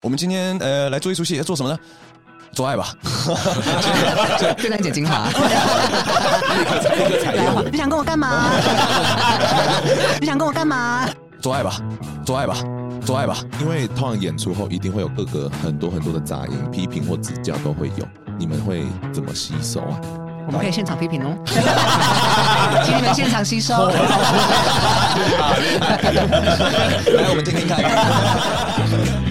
我们今天呃来做一出戏，做什么呢？做爱吧。就在剪精华，来吧，你想跟我干嘛？你想跟我干嘛？做爱吧，做爱吧，做爱吧。因为通常演出后一定会有各个很多很多的杂音、批评或指教都会有，你们会怎么吸收啊？我们可以现场批评哦，请你们现场吸收。来，我们听听看。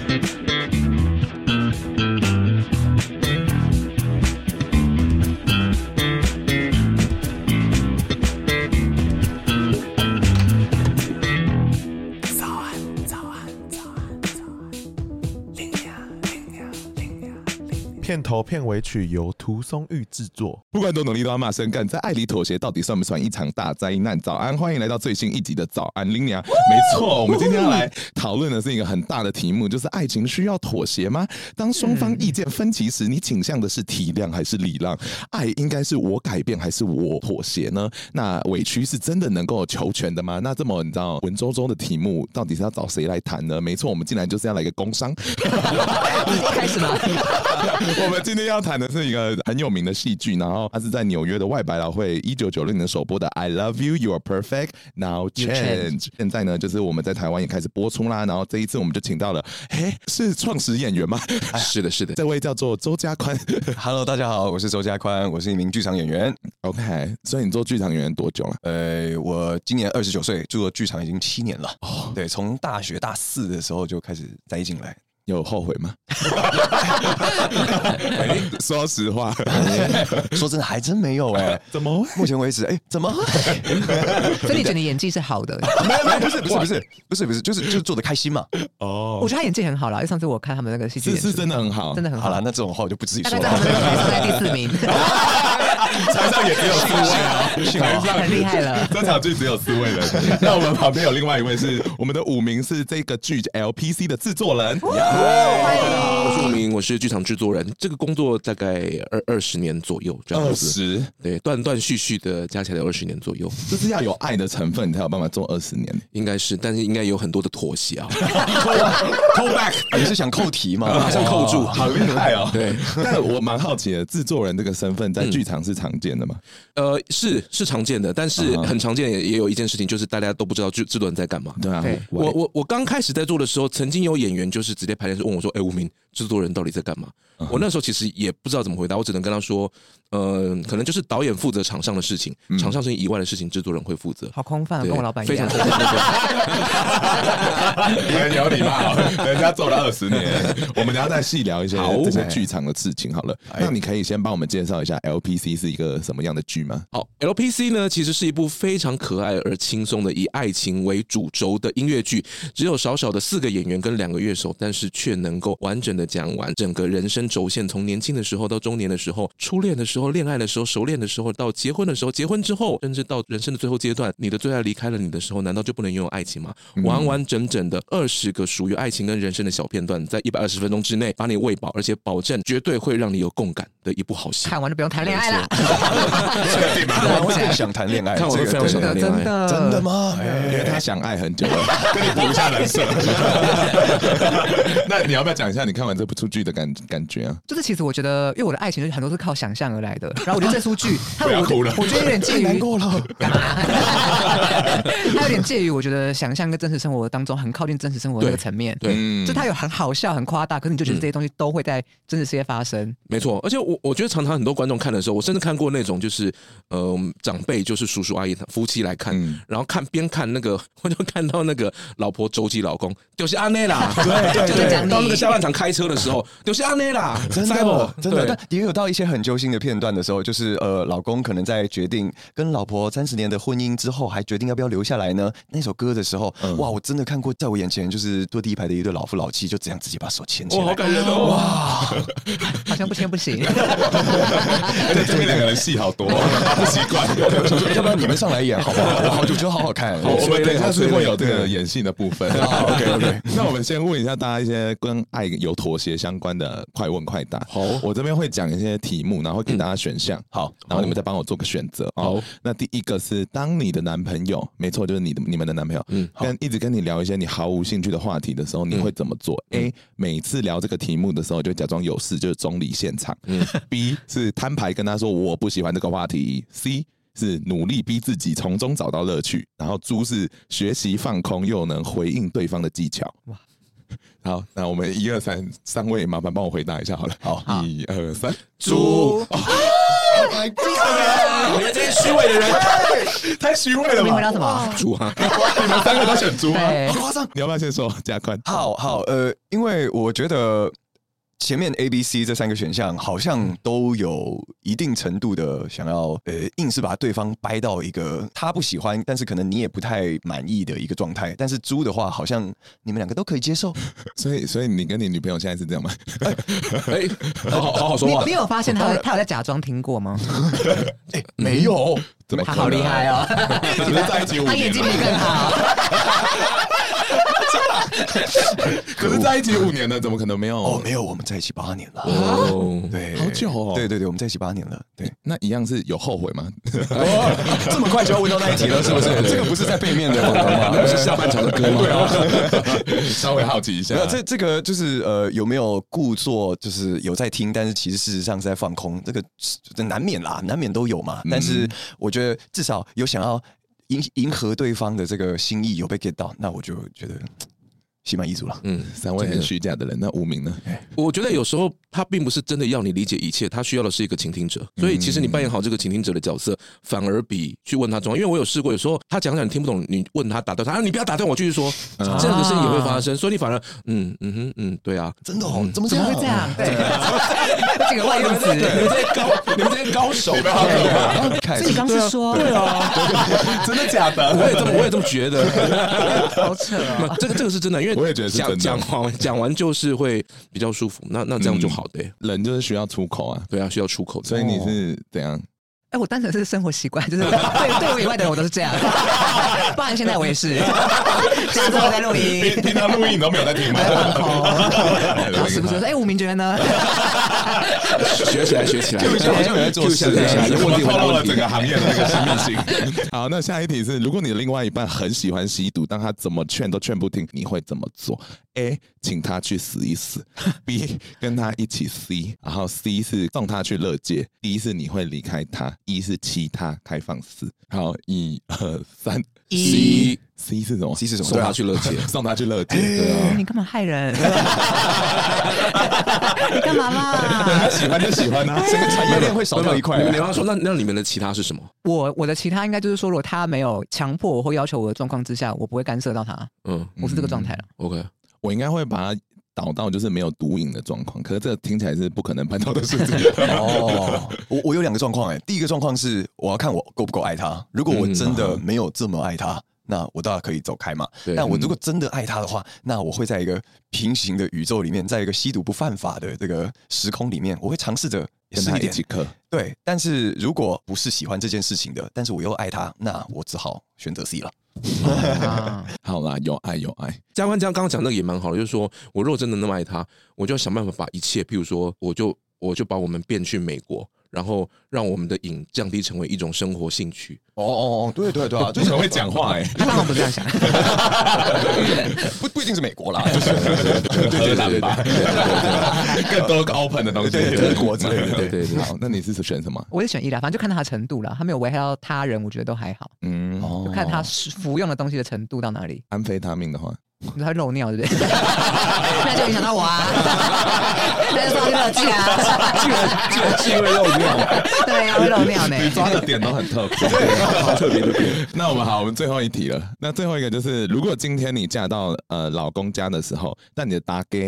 片头片尾曲由涂松玉制 作。不管多努力都要骂声干，在爱里妥协到底算不算一场大灾难？早安，欢迎来到最新一集的早安林娘。没错，我们今天要来讨论的是一个很大的题目，就是爱情需要妥协吗？当双方意见分歧时，你倾向的是体谅还是礼让？爱应该是我改变还是我妥协呢？那委屈是真的能够求全的吗？那这么你知道文绉绉的题目，到底是要找谁来谈呢？没错，我们竟然就是要来一个工商。开始吧， 我们今天要谈的是一个很有名的戏剧，然后它是在纽约的外百老汇一九九六年首播的《I Love You, You Are Perfect Now You Change》。现在呢，就是我们在台湾也开始播出啦。然后这一次我们就请到了，哎，是创始演员吗？是的，是的。这位叫做周家宽。 Hello，大家好，我是周家宽，我是一名剧场演员。 OK，所以你做剧场演员多久了？呃，我今年二十九岁，做剧场已经七年了。哦，对，从大学大四的时候就开始栽进来。有后悔吗？ 说实话，说真的，还真没有哎、 怎么会？目前为止，哎、怎 么？所以你觉得你演技是好的？没有没有，不是不是不是不是不是，就是就是做的开心嘛。哦，我觉得他演技很好啦，因为上次我看他们那个戏剧是演出是，真的很好，真的很好好了，。那这种话我就不自己大说概在他们 那了。个排行在第四名，台上也只有四位 啊，幸好 很厉害了。这场剧只有四位人，那我们旁边有另外一位是我们的五名是这个剧 LPC 的制作人，我是吴明，我是剧场制作人，这个工作大概二二十年左右这样二子，十，对，断断续续的加起来有二十年左右，就是要有爱的成分，你才有办法做二十年。应该是，但是应该有很多的妥协 啊， Call back，你是想扣题吗？ 马上扣住，好厉害哦！对，但我蛮好奇的，制作人这个身份在剧场是常见的吗？呃，是是常见的，但啊是很常见也也有一件事情，就是大家都不知道制制作人在干嘛。对啊对我我我刚开始在做的时候，曾经有演员就是直接排练室问我说：“哎、吴明，制作人到底在干嘛？”嗯我那时候其实也不知道怎么回答，我只能跟他说：“呃，可能就是导演负责场上的事情，嗯场上事情以外的事情，制作人会负责。”好空泛，对跟我老板一非样常。非常 很有礼貌，人家做了二十年，我们等一下再细聊一些好这些剧场的事情好了。那你可以先帮我们介绍一下 LPC 是一个什么样的剧吗？ 好，LPC 呢，其实是一部非常可爱而轻松的以爱情为主轴的音乐剧，只有少少的四个演员跟两个乐手，但是却能够完整的讲完整个人生轴线，从年轻的时候到中年的时候，初恋的时候、恋爱的时候、熟恋的时候，到结婚的时候、结婚之后，甚至到人生的最后阶段，你的最爱离开了你的时候，难道就不能拥有爱情吗？嗯完完整整的二十个属于爱情跟人生的小片段，在一百二十分钟之内把你喂饱，而且保证绝对会让你有共感的一部好戏。看完就不用谈恋爱了，确定吗？ 看完会更想谈恋爱，看完这个会非对常想谈真恋爱的真的吗？因为他想爱很久了，跟你补一下人 设。那你要不要讲一下你看完这部出剧的感感觉啊？就是其实我觉得，因为我的爱情就是很多是靠想象而来的。然后我觉得这出 剧，它不要我哭了我觉得有点介于难过了， 干嘛？它有点介于我觉得想象跟真实生活当中很靠近真实生活的那个层面。对嗯就它有很好笑、很夸大，可是你就觉得这些东西都会在真实世界发生。没错，而且我我觉得常常很多观众看的时候，我甚至看过那种就是，呃，长辈就是叔叔阿姨夫妻来看，嗯然后看边看那个，我就看到那个老婆肘击老公，就是阿内啦，对就对是对。到那个下半场开车的时候，就是阿内啦，真塞的不，真的，对但也有到一些很揪心的片段的时候，就是呃，老公可能在决定跟老婆三十年的婚姻之后，还决定要不要留下来呢。那首歌的时候，哇，我真的看过，在我眼前就是坐第一排的一对老夫老妻，就这样直接把手牵起哇，好来，感人哦！哇，好像不签不 行，而且这边两个人戏好多，哦不习惯。我 说要不要你们上来演好不好？我好久觉得好好看，哦 我们等一下是会有这个演戏的部分。OK OK，那我们先问一下大家一些些跟爱有妥协相关的快问快答。好我这边会讲一些题目，然后给大家选项。好，然后你们再帮我做个选择。啊哦好，那第一个是当你的男朋友，没错，就是你的你们的男朋友，嗯跟一直跟你聊一些你毫无兴趣的话题的时候，你会怎么做？A，每嗯次聊这个题目的时候就假装有事，就是中离现场。B 嗯 是摊牌跟他说我不喜欢这个话题。C 是努力逼自己从中找到乐趣，然后猪是学习放空又能回应对方的技巧。好，那我们一二三三位，麻烦帮我回答一下好了。好，一二三，猪，我们这些虚伪的人，太虚伪了你回答吧？什么？猪 啊，你们三个都选猪吗？对好夸张！你要不要先说加宽？好好，呃，因为我觉得前面 A、B、C 这三个选项好像都有一定程度的想要，呃，硬是把对方掰到一个他不喜欢，但是可能你也不太满意的一个状态。但是猪的话，好像你们两个都可以接受。所以，所以你跟你女朋友现在是这样吗？哎，好好好好说你话你，有发现他他有在假装听过吗？没有，怎么他好厉害哦，可能？只是在一起五他年眼睛比你更了，好。可是在一起五年了，怎么可能没有？哦，没有，我们在一起八年了。哦，对，好久哦对对对，我们在一起八年了。对，那一样是有后悔 吗？哦， 这么快就要问到那一题了，是不是？ 这个不是在背 面的，我懂吗那不是下半场的歌吗？稍微好奇一下没有，这这个就是呃，有没有故作就是有在听，但是其实事实上是在放空，这个是这难免啦，难免都有嘛。嗯但是我觉得至少有想要迎迎合对方的这个心意有被 get 到，那我就觉得嘖嗯心满意足了。嗯，三位很虚假的人，那无 名呢？我觉得有时候他并不是真的要你理解一切，他需要的是一个倾听者。嗯所以其实你扮演好这个倾听者的角色，反而比去问他重要。因为我有试过，有时候他讲讲你听不懂，你问他打断他，啊，你不要打断我，继续说，这样的事情也会发生。啊所以你反而，嗯嗯哼嗯，对啊，真的哦，怎么怎么会这样？对， 这个外用词。你们这些高，你们这些高手，看所以你刚是说，啊啊真的假我也的？这么，我也这么觉得。好扯哦。那这个这个是真的，因为我也觉得是真的讲讲完讲完就是会比较舒服，那那这样就好的、人就是需要出口啊，对啊，需要出口嗯的，所以你是怎 样？哎，我单纯是生活习惯，就是对对我以外的人我都是这样， 不然现在我也是，假装我在录音， 平常录音你都没有在听 吗？哦然后时不时说，哎，吴明觉呢？学起来学起来， Q 一下好像有在做事学起来，问题回答透露问了题整。个行业的 那个新秘性。 好，那下一题是：如果你的另外一半很喜欢吸毒，但他怎么劝都劝不听，你会怎么做？A，请他去死一死；B，跟他一起 C，然后 C 是送他去乐界；D 是你会离开他；E 是其他开放式。好，一二三 C C 是什么 C 是什么？送对他啊，哎去乐界， 送他去乐界。对啊你干嘛害人？ 你干嘛他啦？喜欢就喜欢 啊，整个产业链会少掉一块啊你们。你们要说，那那里面的其他是什么？我我的其他应该就是说，如果他没有强迫我或要求我的状况之下，我不会干涉到他，嗯我是这个状态了。 ，OK，我应该会把它导到就是没有毒瘾的状况，可是这个听起来是不可能办到的事情。 哦，我我有两个状况哎，第一个状况是我要看我够不够爱他，如果我真的没有这么爱嗯他。那我当然可以走开嘛对，但我如果真的爱他的话，那我会在一个平行的宇宙里面，在一个吸毒不犯法的这个时空里面，我会尝试着 也跟是他一一点起嗑，对。但是如果不是喜欢这件事情的，但是我又爱他，那我只好选择 C 了。啊，好啦，有爱有爱，加官这样刚刚讲那个也蛮好的，就是说我如果真的那么爱他，我就要想办法把一切，譬如说，我就我就把我们变去美国，然后让我们的瘾降低成为一种生活兴趣。哦哦哦，对对对啊，就为什么会讲话哎、他当然不是这 样想。不不一定是美国啦，就是荷兰吧，更多个 open 的东西，德国之类的对对对，好，那你是选什么？我也选一啦，反正就看他的程度啦，他没有危害到他人，我觉得都还好，嗯，就看他是服用的东西的程度到哪里。安非他命的话，你他漏尿对不对？ 那就影响到我 啊，那就说漏气啊，竟然竟然是因为漏尿，对啊，会漏尿呢。你 抓的点都很特别， 好特别的点。 那我们好，我们最后一题了。那最后一个就是，如果今天你嫁到呃老公家的时候，但你的大哥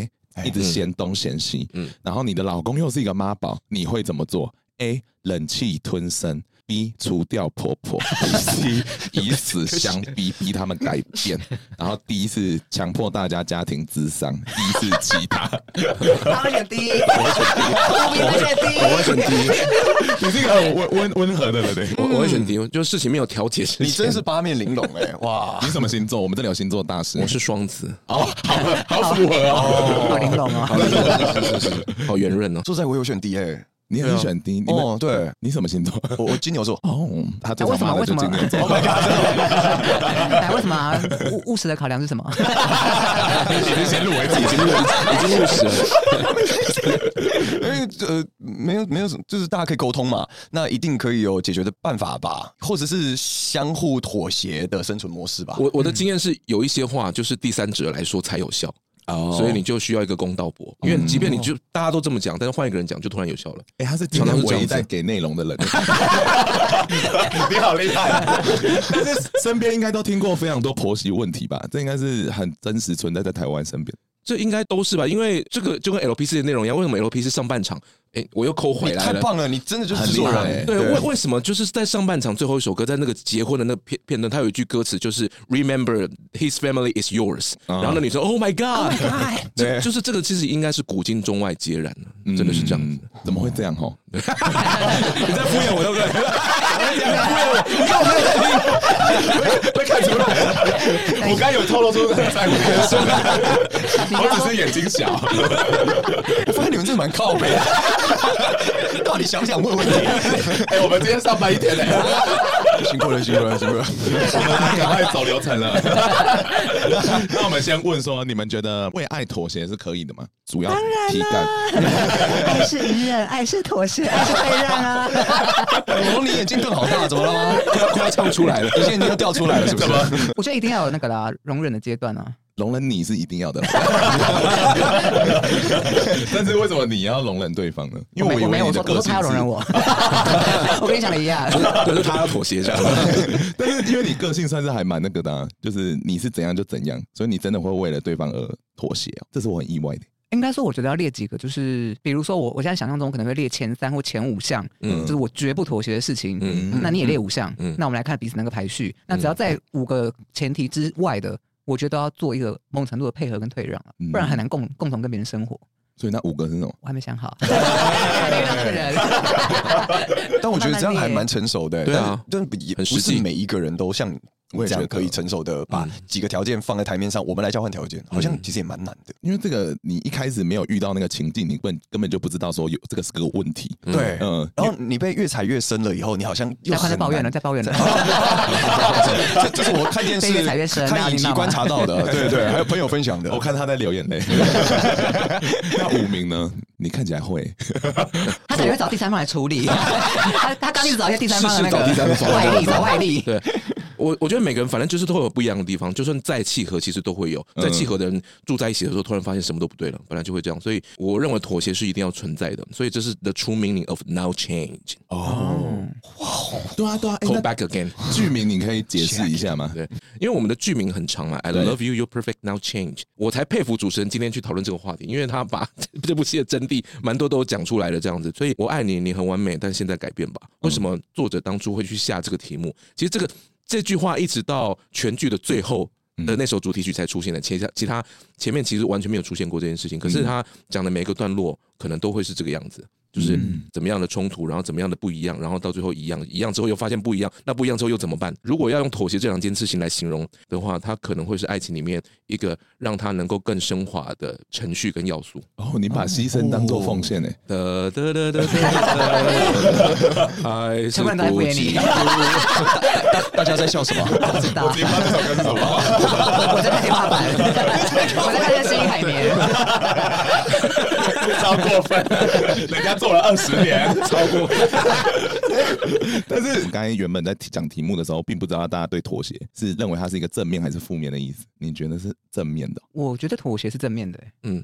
一直嫌东嫌西，嗯嗯，然后你的老公又是一个妈宝，你会怎么做？A. 忍气吞声 B 除掉婆 婆，C 以死相逼，逼他们改变， 然后 D 是强迫大家家庭之商，E 是其他。 他们选 D，我明白选 D，我会选 D，你是一个很温温温和的人欸对。我我会选 D，就事情没有调解之前。你真是八面玲珑哎、哇！你什么星座？我们在聊星座大师。我是双子，哦，好好符合哦。好玲珑哦。好圆润哦。说实在，我有选 D 哎、 你很选 D，你们哦，对，你什么星座？我我金牛座。 哦，他最为常什么骂为什么的就金牛 座。 哎，为什么啊务务实的考量是什么？先先入为主，先入为主。已经入室了，因为呃，没有没有什么，就是大家可以沟通嘛，那一定可以有解决的办法吧，或者是相互妥协的生存模式吧。我我的经验是，有一些话就是第三者来说才有效，哦所以你就需要一个公道博，因为即便你就大家都这么讲，但是换一个人讲就突然有效了。哎，他是今天唯一在给内容的人。你好厉害！但是 身边应该都听过非常多婆媳问题吧？这应该是很真实存在在台湾身边。这应该都是吧，因为这个就跟 LPC 的内容一样，为什么 LPC 上半场，哎，我又抠回你来太了。棒了，你真的就是制很厉作害人欸。对，为为什么就是在上半场最后一首歌，在那个结婚的那个片片段，他有一句歌词就是 “Remember his family is yours”，、然后那女生 “Oh my God”，, 这对就是这个其实应该是古今中外皆然的、真的是这样子。嗯，怎么会这样 吼？你在敷衍我，对不对？ 被看 出来了，我刚有透露出很 在乎的事，我只是眼睛小。我发现你们真的蛮靠北的， 到底想不想问问题？哎、我们今天上班一天 嘞、辛苦了，辛苦了，辛苦了。我们赶快走流程了。 那我们先问说，你们觉得为爱妥协是可以的吗？主要体 感，爱是隐忍，爱是妥协，爱是退让啊！我龙，你眼睛瞪好大，怎么了吗？快要唱出来 了。你现在要掉出来了，是不是？我觉得一定要有那个啦，容忍的阶段啊。容忍你是一定要的。但是为什么你要容忍对方呢？因为没以我没为有，你我的说我个说性他要容是忍我， 我跟你想的一样。可是他要妥协，这样子 但是因为你个性算是还蛮那个的、啊，就是你是怎样就怎样，所以你真的会为了对方而妥协、哦，这是我很意外的。应该说，我觉得要列几个，就是比如说我我现在想象中可能会列前三或前五项，嗯就是我绝不妥协的事情。嗯那你也列五项，嗯那我们来看彼此那个排序。那只要在五个前提之外的，我觉得都要做一个某种程度的配合跟退让啊嗯不然很难共共同跟别人生活。所以那五个是什么？我还没想 好，还没让那个人。但我觉得这样还蛮成熟的。对啊但但也不很实际是每一个人都像我也这觉得样可以成熟的把几个条件放在台面上，我们来交换条件，好像其实也蛮难的。因为这个你一开始没有遇到那个情境，你根本根本就不知道说有这个是个问题。对，嗯然后你被越踩越深了以后，你好像又再快很再难抱怨了，再抱怨 了。这 这是我看电视、被越踩越深那看你影集闹吗观察到的，对对，还有朋友分享的。我看他在流眼 泪。那五名呢？你看起来会，他等于会找第三方来处 理。他他刚一直找一些第三方的那是是找第三个方外力，找外力。对。我我觉得每个人反正就是都会有不一样的地方，就算再契合，其实都会有再契合的人住在一起的时候，突然发现什么都不对了，本来就会这样，所以我认为妥协是一定要存在的，所以这是 the true meaning of now change。对啊对啊。哦 Call 那 back again，剧名你可以解释一 下吗？对，因为我们的剧名很长嘛，I 对 love you, you're perfect now change。我才佩服主持人今天去讨论这个话题，因为他把 这部戏的真谛蛮多都讲出来了，这样子。所以我爱你，你很完美，但现在改变吧。为什么作者当初会去下这个题目？其实这个这句话一直到全剧的最后。的那首主题曲才出现的，其他其他前面其实完全没有出现过这件事情。可是他讲的每个段落，可能都会是这个样子，就是怎么样的冲突，然后怎么样的不一样，然后到最后一样，一样之后又发现不一样，那不一样之后又怎么办？如果要用妥协这两件事情来形容的话，它可能会是爱情里面一个让它能够更升华的程序跟要素。哦，你把牺牲当做奉哦献诶。欸得得得得得，还是成本都在敷衍你及。大家在笑什么？ 不知道。我 我在看天花 板，我在看这是一海绵。超过分，人家做了二十年，超过分。但是我刚才原本在讲题目的时候，并不知道大家对妥协是认为它是一个正面还是负面的意思。你觉得是正面的？我觉得妥协是正面的、 欸嗯，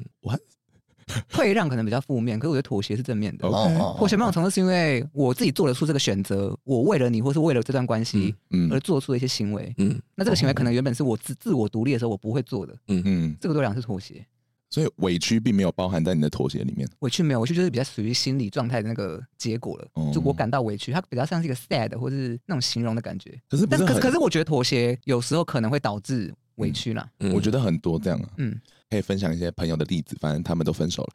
退让可能比较负面，可是我觉得妥协是正面的。哦妥协某种程度是因为我自己做得出这个选择，我为了你或是为了这段关系嗯而做出的一些行为。嗯那这个行为可能原本是我自自我独立的时候我不会做的，嗯，这个对我来讲是妥协。所以委屈并没有包含在你的妥协里面。委屈没有，委屈就是比较属于心理状态的那个结果了。哦就我感到委屈，它比较像是一个 sad 或是那种形容的感觉。可是不但是可很，是可是我觉得妥协有时候可能会导致委屈啦。嗯我觉得很多这样啊，嗯，可以分享一些朋友的例子，反正他们都分手 了。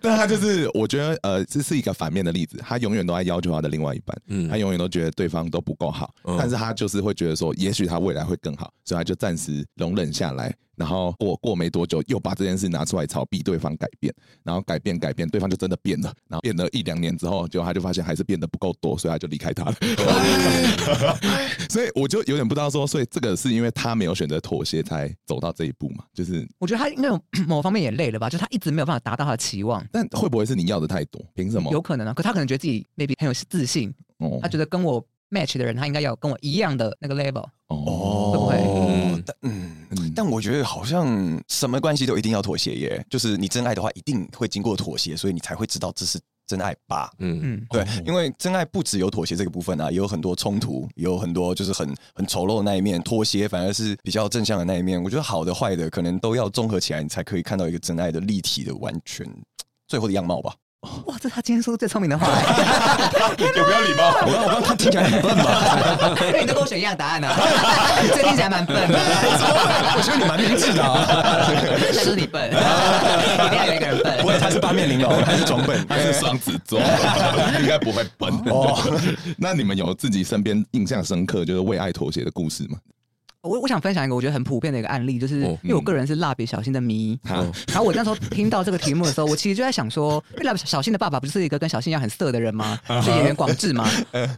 但他就是，我觉得呃，这是一个反面的例子，他永远都在要求他的另外一半，嗯他永远都觉得对方都不够好，嗯但是他就是会觉得说，也许他未来会更好，所以他就暂时容忍下来，然后过过没多久又把这件事拿出来吵，逼对方改变，然后改变改变，对方就真的变了，然后变了一两年之后，结果他就发现还是变得不够多，所以他就离开他了。 所以我就有点不知道说，所以这个是因为他没有选择妥协才走到这一步嘛？就是，我觉得他应该有 某方面也累了吧，就是他一直没有办法达到他的期望。但会不会是你要的太多？凭什么？有可能啊，可他可能觉得自己 maybe 很有自信，哦他觉得跟我 match 的人，他应该要有跟我一样的那个 level。哦会不会哦，但嗯嗯但我觉得好像什么关系都一定要妥协耶，就是你真爱的话，一定会经过妥协，所以你才会知道这是真爱吧。嗯嗯，对，因为真爱不只有妥协这个部分啊，也有很多冲突，也有很多就是很很丑陋的那一面。妥协反而是比较正向的那一面。我觉得好的坏的可能都要综合起来，你才可以看到一个真爱的立体的完全最后的样貌吧。哇，这是他今天说最聪明的话 欸，有没有礼貌？我让他听起来很笨吧？因为你都跟我选一样答案呢、啊， 这听起来蛮笨的， 我觉得你蛮明智的啊， 那就是你笨， 一定要有一个人笨不。会他是八面玲珑，他是装笨，他是双子 座，应该不会笨。哦， 那你们有自己身边印象深刻就是为爱妥协的故事吗？我我想分享一个我觉得很普遍的一个案例，就是哦因为我个人是蜡笔小新的迷。哦好，然后我那时候听到这个题目的时候，我其实就在想说，因为蜡笔小新的爸爸不是一个跟小新一样很色的人吗？是演员广志 吗？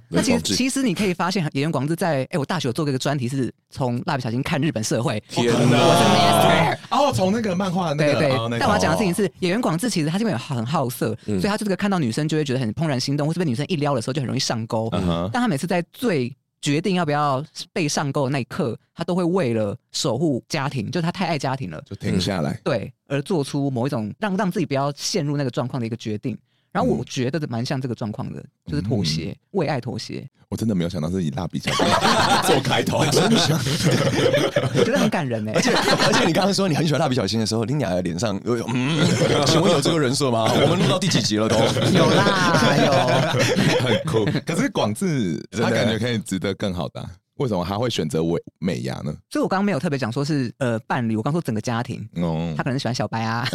那其啊嗯广实志其实你可以发现，演员广志在哎，我大学有做过一个专题，是从蜡笔小新看日本社会。天我是哪， master 哦，从那个漫画 那对个，对哦，那个但我要讲的事情是，演员广志其实他这边有很好色，嗯所以他就这个看到女生就会觉得很怦然心动，或是被女生一撩的时候就很容易上钩。啊嗯哼但他每次在最决定要不要被上钩的那一刻，他都会为了守护家庭，就是他太爱家庭了，就停下来。对，而做出某一种让让自己不要陷入那个状况的一个决定。然后我觉得蛮像这个状况的，就是妥协，为爱妥 协，我真的没有想到是以蜡笔小 新做开头，我觉得很感人哎、而且而且你刚刚说你很喜欢蜡笔小新的时候，林雅的脸上有嗯，请问有这个人设吗？我们录到第几集了都？有啦，有，很酷。可是广志，真的他感觉可以值得更好的啊、为什么他会选择美美牙呢？所以我刚刚没有特别讲说是呃伴侣，我刚说整个家庭，哦他，可能喜欢小白 啊，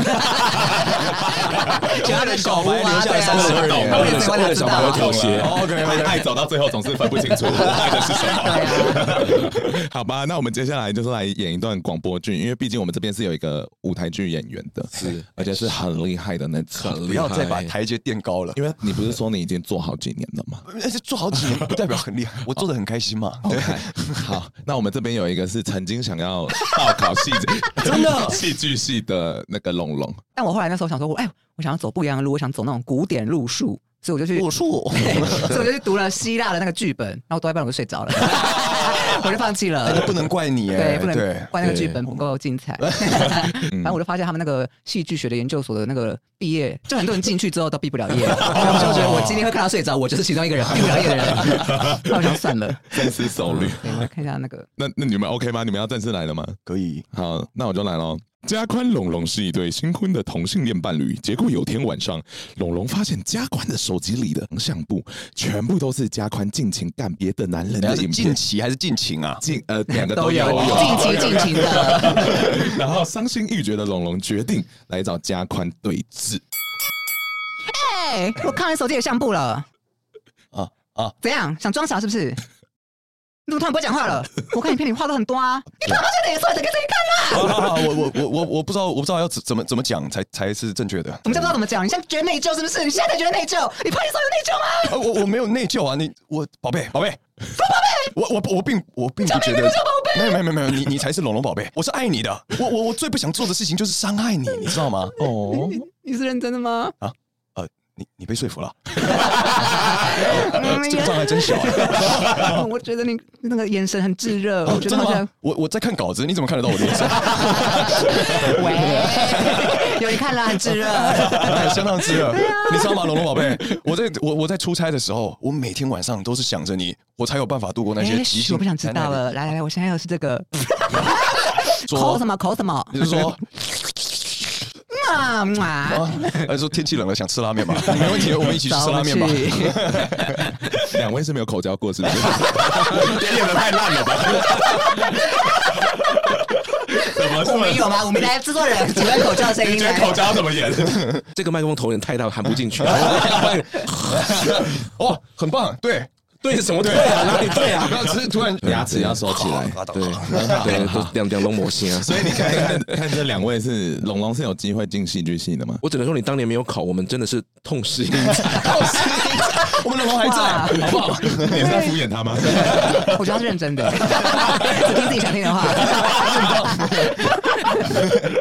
喜欢的小白留下来三十二年，我也是为了小白而妥协哦 OK，爱爱走到最后总是分不清楚我爱的是啊什么。 好吧，那我们接下来就是来演一段广播剧，因为毕竟我们这边是有一个舞台剧演员的，是而且是很厉害的那很种。不要再把台阶垫高了。因为你不是说你已经做好几年了吗？而且做好几年不代表很厉害，我做的很开心嘛。哦对， 好，那我们这边有一个是曾经想要报考戏剧，真的 戏剧系的那个龙龙，但我后来那时候想说，我哎，我想要走不一样的路，我想走那种古典路数，所以我就去路数， 所以我就去读了希腊的那个剧本，然后读到一半我就睡着了，我就放弃了。那不能怪你对，哎，不能对，怪那个剧对本不够精彩。嗯反正我就发现他们那个戏剧学的研究所的那个毕业，就很多人进去之后都毕不了业。然后我就觉得我今天会看到睡着，我就是其中一个人毕不了业的人。那我想算了，深思熟虑。对，我来看一下那个那那你们 OK 吗？你们要正式来了吗？可以。好，那我就来喽。加宽龙龙是一对新婚的同性恋伴侣，结果有天晚上，龙龙发现加宽的手机里的相簿全部都是加宽尽情干别的男人人家的是影近片，期啊还是近情啊？近 呃两个都都有有，尽情尽情的。然后伤心欲绝的龙龙决定来找加宽对 峙。哎，我看完手机的相簿了。啊啊！怎样？想装傻是不是？你怎么突然不会讲话了？我看影片里话都很多啊，你他妈就脸色整个这一看啦！好好好 我我我我我不知道，我不知道要怎怎么怎么讲才才是正确的。怎么叫不知道怎么讲？你现在觉得内疚是不是？你现在才觉得内疚？你怕你说有内疚吗？啊我我没有内疚啊，你我宝贝宝贝。我我我并我并不觉得，没有没有没有没有，你你才是龙龙宝贝，我是爱你的，我我我最不想做的事情就是伤害你，你知道吗？哦， 你是认真的吗？ 呃，你你被说服了，哦嗯这个障碍真小啊。我觉得你那个眼神很炙热，哦我觉真得的好像吗？我我在看稿子，你怎么看得到我的脸色？ 喂，有你看了很 炙热。相当炙热，你知道吗，龙龙宝贝？我在我我在出差的时候，我每天晚上都是想着你，我才有办法度过那些哎，极嘘限。 我不想知道。了。来来来，我现在要是这个，口什么口什么，嗯你就说，嘛嘛，他说天气冷了想吃拉面吗？没问题，我们一起去吃拉面吧找。我 去两位是没有口交过，是不是？练的太烂了吧？怎么我们有吗？我们来制作人，请问口罩的声音来。交怎么演？这个麦克风头有点太大，含不进去。哦，很棒，对，对什么对啊？哪里对啊？那只是突然牙齿要收起来。 对对，都两两龙魔性啊！所以你看看看这两位是龙龙是有机会进戏剧系的吗？我只能说，你当年没有考，我们真的是痛失一场。我们老公还在，哇好不好？你是在敷衍他吗？我觉得他是认真 的，只听自己想听的话。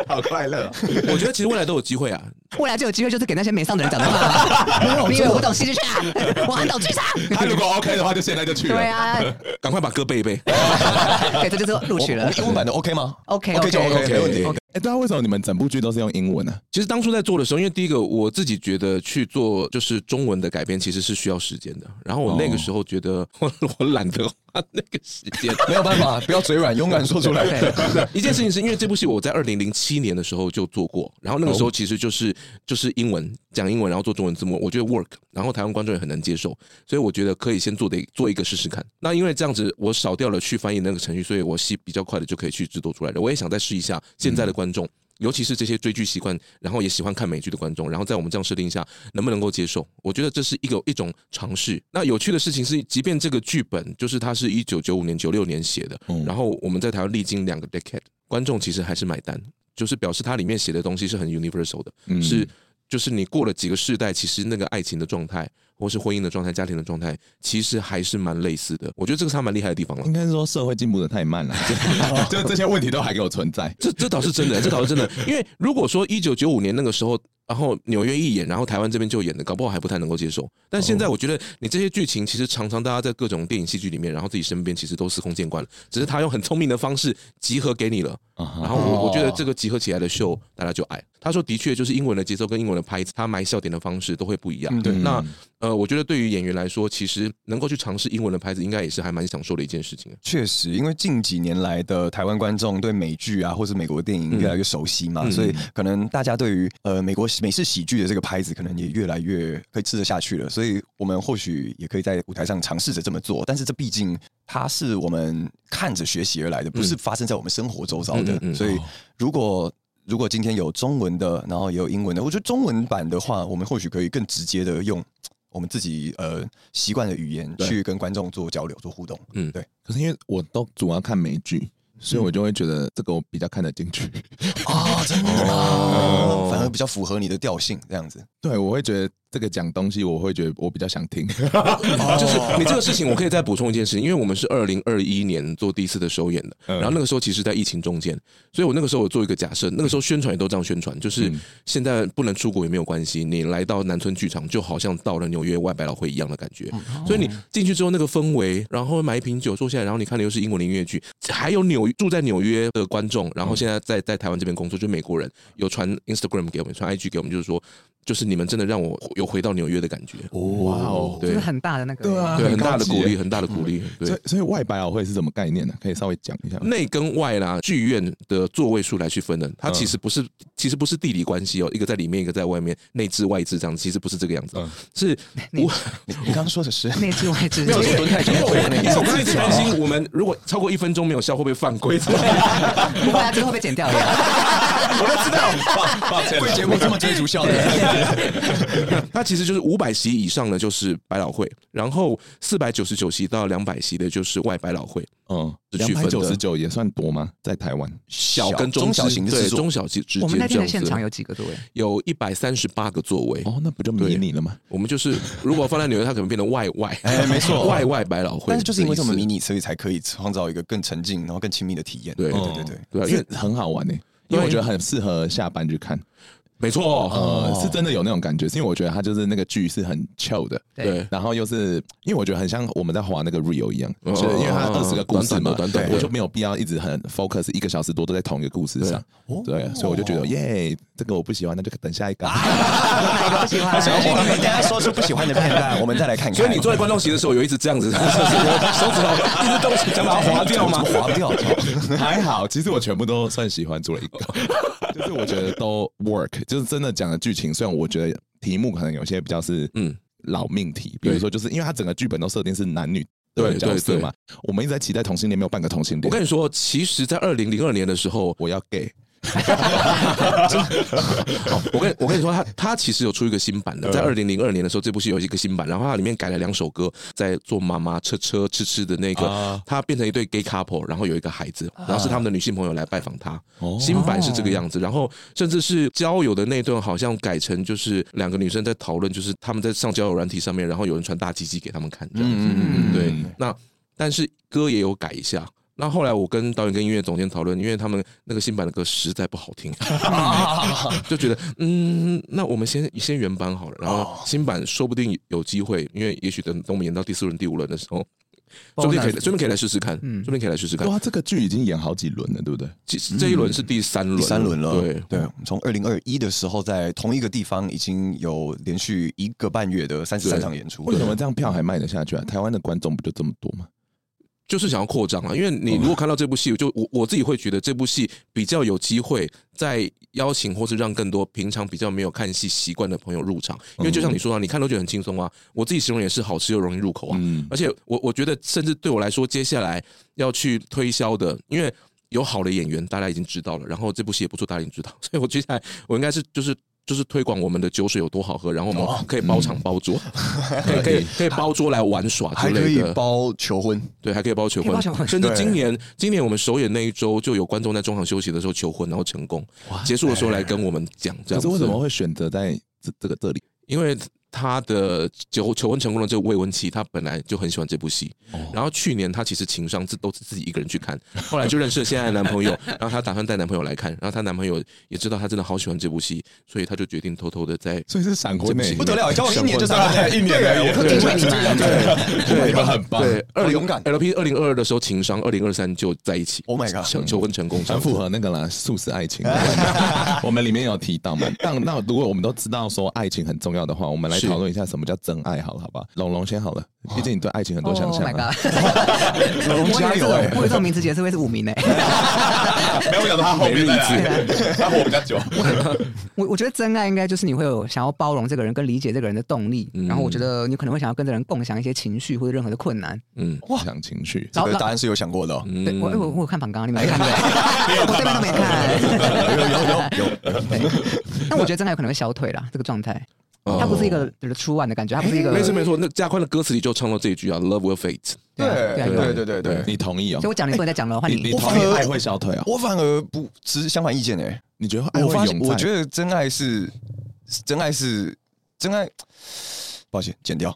好快乐， 我觉得其实未来都有机会啊。未来就有机会，就是给那些没上的人讲的 话。你以为 我懂戏剧圈啊？我很懂剧场。他如果 OK 的话，就现在就去对了。 啊，赶快把歌背一背。对，这就是哦录取了我。英文版的 OK 吗 OK OK 就 OK， OK，没问题。 OK 哎，对啊，为什么你们整部剧都是用英文啊呢？其实当初在做的时候，因为第一个我自己觉得去做就是中文的改编其实是需要时间的。然后我那个时候觉得 我我懒得花那个时间。没有办法，不要嘴软，勇敢说出来。对一件事情是因为这部戏我在二零零七年的时候就做过，然后那个时候其实就是就是英文讲英文，然后做中文字幕，我觉得 work，然后台湾观众也很能接受，所以我觉得可以先做的做一个试试看。那因为这样子我少掉了去翻译那个程序，所以我戏比较快的就可以去制作出来了。我也想再试一下现在的观众。尤其是这些追剧习惯，然后也喜欢看美剧的观众，然后在我们这样设定下，能不能够接受？我觉得这是一个一种尝试。那有趣的事情是，即便这个剧本就是它是一九九五年、九六年写的，然后我们在台湾历经两个 decade，观众其实还是买单，就是表示它里面写的东西是很 universal 的，嗯是就是你过了几个世代，其实那个爱情的状态，或是婚姻的状态、家庭的状态，其实还是蛮类似的。我觉得这个是他蛮厉害的地方了应。该是说社会进步的太慢了， 就就这些问题都还给我存在。这这倒是真的，这倒是真的。因为如果说一九九五年那个时候，然后纽约一演，然后台湾这边就演的，搞不好还不太能够接受。但现在哦我觉得你这些剧情，其实常常大家在各种电影戏剧里面，然后自己身边其实都司空见惯了，只是他用很聪明的方式集合给你了。啊然后我我觉哦得这个集合起来的秀，大家就爱。他说的确就是英文的节奏跟英文的拍子，他埋笑点的方式都会不一样。嗯对那呃，我觉得对于演员来说，其实能够去尝试英文的拍子，应该也是还蛮享受的一件事情。啊确实，因为近几年来的台湾观众对美剧啊，或是美国电影越来越熟悉嘛，嗯所以可能大家对于呃美国美式喜剧的这个拍子，可能也越来越可以吃得下去了。所以我们或许也可以在舞台上尝试着这么做，但是这毕竟它是我们看着学习而来的，不是发生在我们生活周遭的。嗯嗯嗯嗯所以如果如果今天有中文的，然后也有英文的，我觉得中文版的话，我们或许可以更直接的用。我们自己呃习惯的语言对去跟观众做交流、做互动，可是因为我都主要看美剧，所以我就会觉得这个我比较看得进去。 啊，真的吗？哦反而比较符合你的调性，这样子。对，我会觉得这个讲东西，我会觉得我比较想听。就是你这个事情，我可以再补充一件事情，因为我们是二零二一年做第一次的首演的，然后那个时候其实，在疫情中间，所以我那个时候我做一个假设，那个时候宣传也都这样宣传，就是现在不能出国也没有关系，你来到南村剧场就好像到了纽约外百老汇一样的感觉，所以你进去之后那个氛围，然后买一瓶酒坐下来，然后你看的又是英文的音乐剧，还有纽住在纽约的观众，然后现在在在台湾这边工作，就美国人有传 Instagram 给我们，传 IG 给我们，就是说。就是你们真的让我有回到纽约的感觉，哇哦，对这是，很大的那个。对啊对，很很大高的级鼓励，耶很大的鼓励。 所对以，所以外百老汇是什么概念呢？可以稍微讲一下吗。内跟外啦，剧院的座位数来去分的，它其实不是，其实不是地理关系哦，一个在里面，一个在外面，内置外置这样，其实不是这个样子，是我。你你刚刚说的 是内置外置，没有，因为对因为我自己担心，我们如果超过一分钟没有笑，会不会犯规？怎么办不 过他最后被剪掉了。贵节目这么追逐效的，它其实就是五百席以上的就是百老汇，然后四百九十九席到两百席的就是外百老汇，嗯，是两区分百的九十九也算多吗？在台湾，小跟中小之型的对制作中小之之我们那间天这样的现场子，有几个座位？有一百三十八个座位哦，那不就迷你了吗？我 们就是如果放在纽约，它可能变成外外，哎没错 外外百老汇。但是就是因为这么迷意你，所以才可以创造一个更沉浸，然后更亲密的体验。对对对对对思，对啊，欸因因为为很好玩呢、因为我觉得很适合下班去看，没错，呃，哦是真的有那种感觉，是因为我觉得它就是那个剧是很 chill 的，对然后又是因为我觉得很像我们在滑那个 real 一样，哦就是因为它二十个故事嘛，短短的短短的对我就没有必要一直很 focus 一个小时多都在同一个故事上，对，所以我就哦觉得耶，这个我不喜欢，那就等下一个。啊哪一 个不哦喜欢？小伙，你等一下说出不喜欢的片段，我们再来看看。所以你坐在观众席的时候有一直这 样子，手指头一直动，想把它划 掉吗？划不掉，还好，其实我全部都算喜欢，做了一个， 就是我觉得都 work，就是真的讲的剧情，虽然我觉得题目可能有些比较是嗯嗯老命题，比如说就是因为它整个剧本都设定是男女。对的对角色嘛，我们一直在期待同性恋，没有半个同性我跟恋。你说，其实，在二零零二年的时候，我要 gay，我跟我跟你说，他他其实有出一个新版的，在二零零二年的时候，这部戏有一个新版，然后它里面改了两首歌，在做妈妈车车吃吃的那个啊，它变成一对 gay couple，然后有一个孩子，然后是他们的女性朋友来拜访他。新版是这个样子，然后甚至是交友的那段好像改成就是两个女生在讨论，就是他们在上交友软体上面，然后有人传大鸡鸡给他们看，这样子。嗯对，那但是歌也有改一下。那后来我跟导演跟音乐总监讨论，因为他们那个新版的歌实在不好 听，就觉得嗯，那我们先先原版好了，然哦后新版说不定有机会，因为也许等等我们演到第四轮、第五轮的时候，说不定可以，说不定可以来试试看，嗯说不定可以来试试看。哇，这个剧已经演好几轮了，对不对？其实这一轮是第三轮，第三轮了，对，对，我们从二零二一的时候，在同一个地方已经有连续一个半月的三十三场演出，为什么这样票还卖得下去啊？台湾的观众不就这么多吗？就是想要扩张啊，因为你嗯如果看到这部戏，就我我自己会觉得这部戏比较有机会再邀请或是让更多平常比较没有看戏习惯的朋友入场，嗯因为就像你说啊，你看都觉得很轻松啊，我自己形容也是好吃又容易入口啊，嗯而且我我觉得甚至对我来说，接下来要去推销的，因为有好的演员大家已经知道了，然后这部戏也不错，大家已经知道， 所以我接下来我应该是就是。就是推广我们的酒水有多好喝，然后我哦们可以包嗯场 包桌，可以可以可以包桌来玩耍之还可类以的。包求婚，对，还可以包求可以包婚，求婚 甚至对今年今年我们首演那一周，就有观众在中场休息的时候求婚，然后成功，结束的时候来跟我们讲这可样子。是为什么会选择在这这个这里？因为他的求求婚成功的这个未婚妻，他本来就很喜欢这部戏，哦然后去年他其实情商自都是自己一个人去看，后来就认识了现在的男 朋友，然后她打算带男朋友来看，然后她男朋友也知道她真的好喜欢这部戏，所以她就决定偷偷的在所以是闪婚呢这，不行不得了，交往一年就闪上婚来，一年而已对我特地为你们，对，你们 很棒，对二好零勇敢 LP 二零二二的时候情商，二零二三就在一起 Oh my god 求求婚成功，很符合那个啦，素食爱 情。我们里面有提到 嘛？但那如果我们都知道说爱情很重要的话，我们来是讨论一下什么叫真爱好了，好吧？龙龙先好了，毕竟你对爱情很多想 Oh 象 my 啊。 god！我加以为这油种哎我以为这种名字解释会是五名 呢。没有想到他后面再来次，他活比较久。我我觉得真爱应该就是你会有想要包容这个人跟理解这个人的动力，然后我觉得你可能会想要跟这个人共享一些情绪或者任何的困难。嗯想情绪，这个答案是有想过的哦，嗯对我我我有看反刚，你们没看对？我这边都没看。有有有有， 但我觉得真爱有可能会消退啦，这个状态，哦哎它不是一个出完的感觉，它不是一个。没错没错，那加宽的歌词里就唱到这一句啊，Love will fade。对啊对啊有对对对对。你同意哦所以？我讲你不能再讲了，换你你你。同我反意而爱会消退啊？我反而不持相反意见诶、你觉得爱我发会现，永我觉得得真爱是真爱是真爱， 抱歉，剪掉。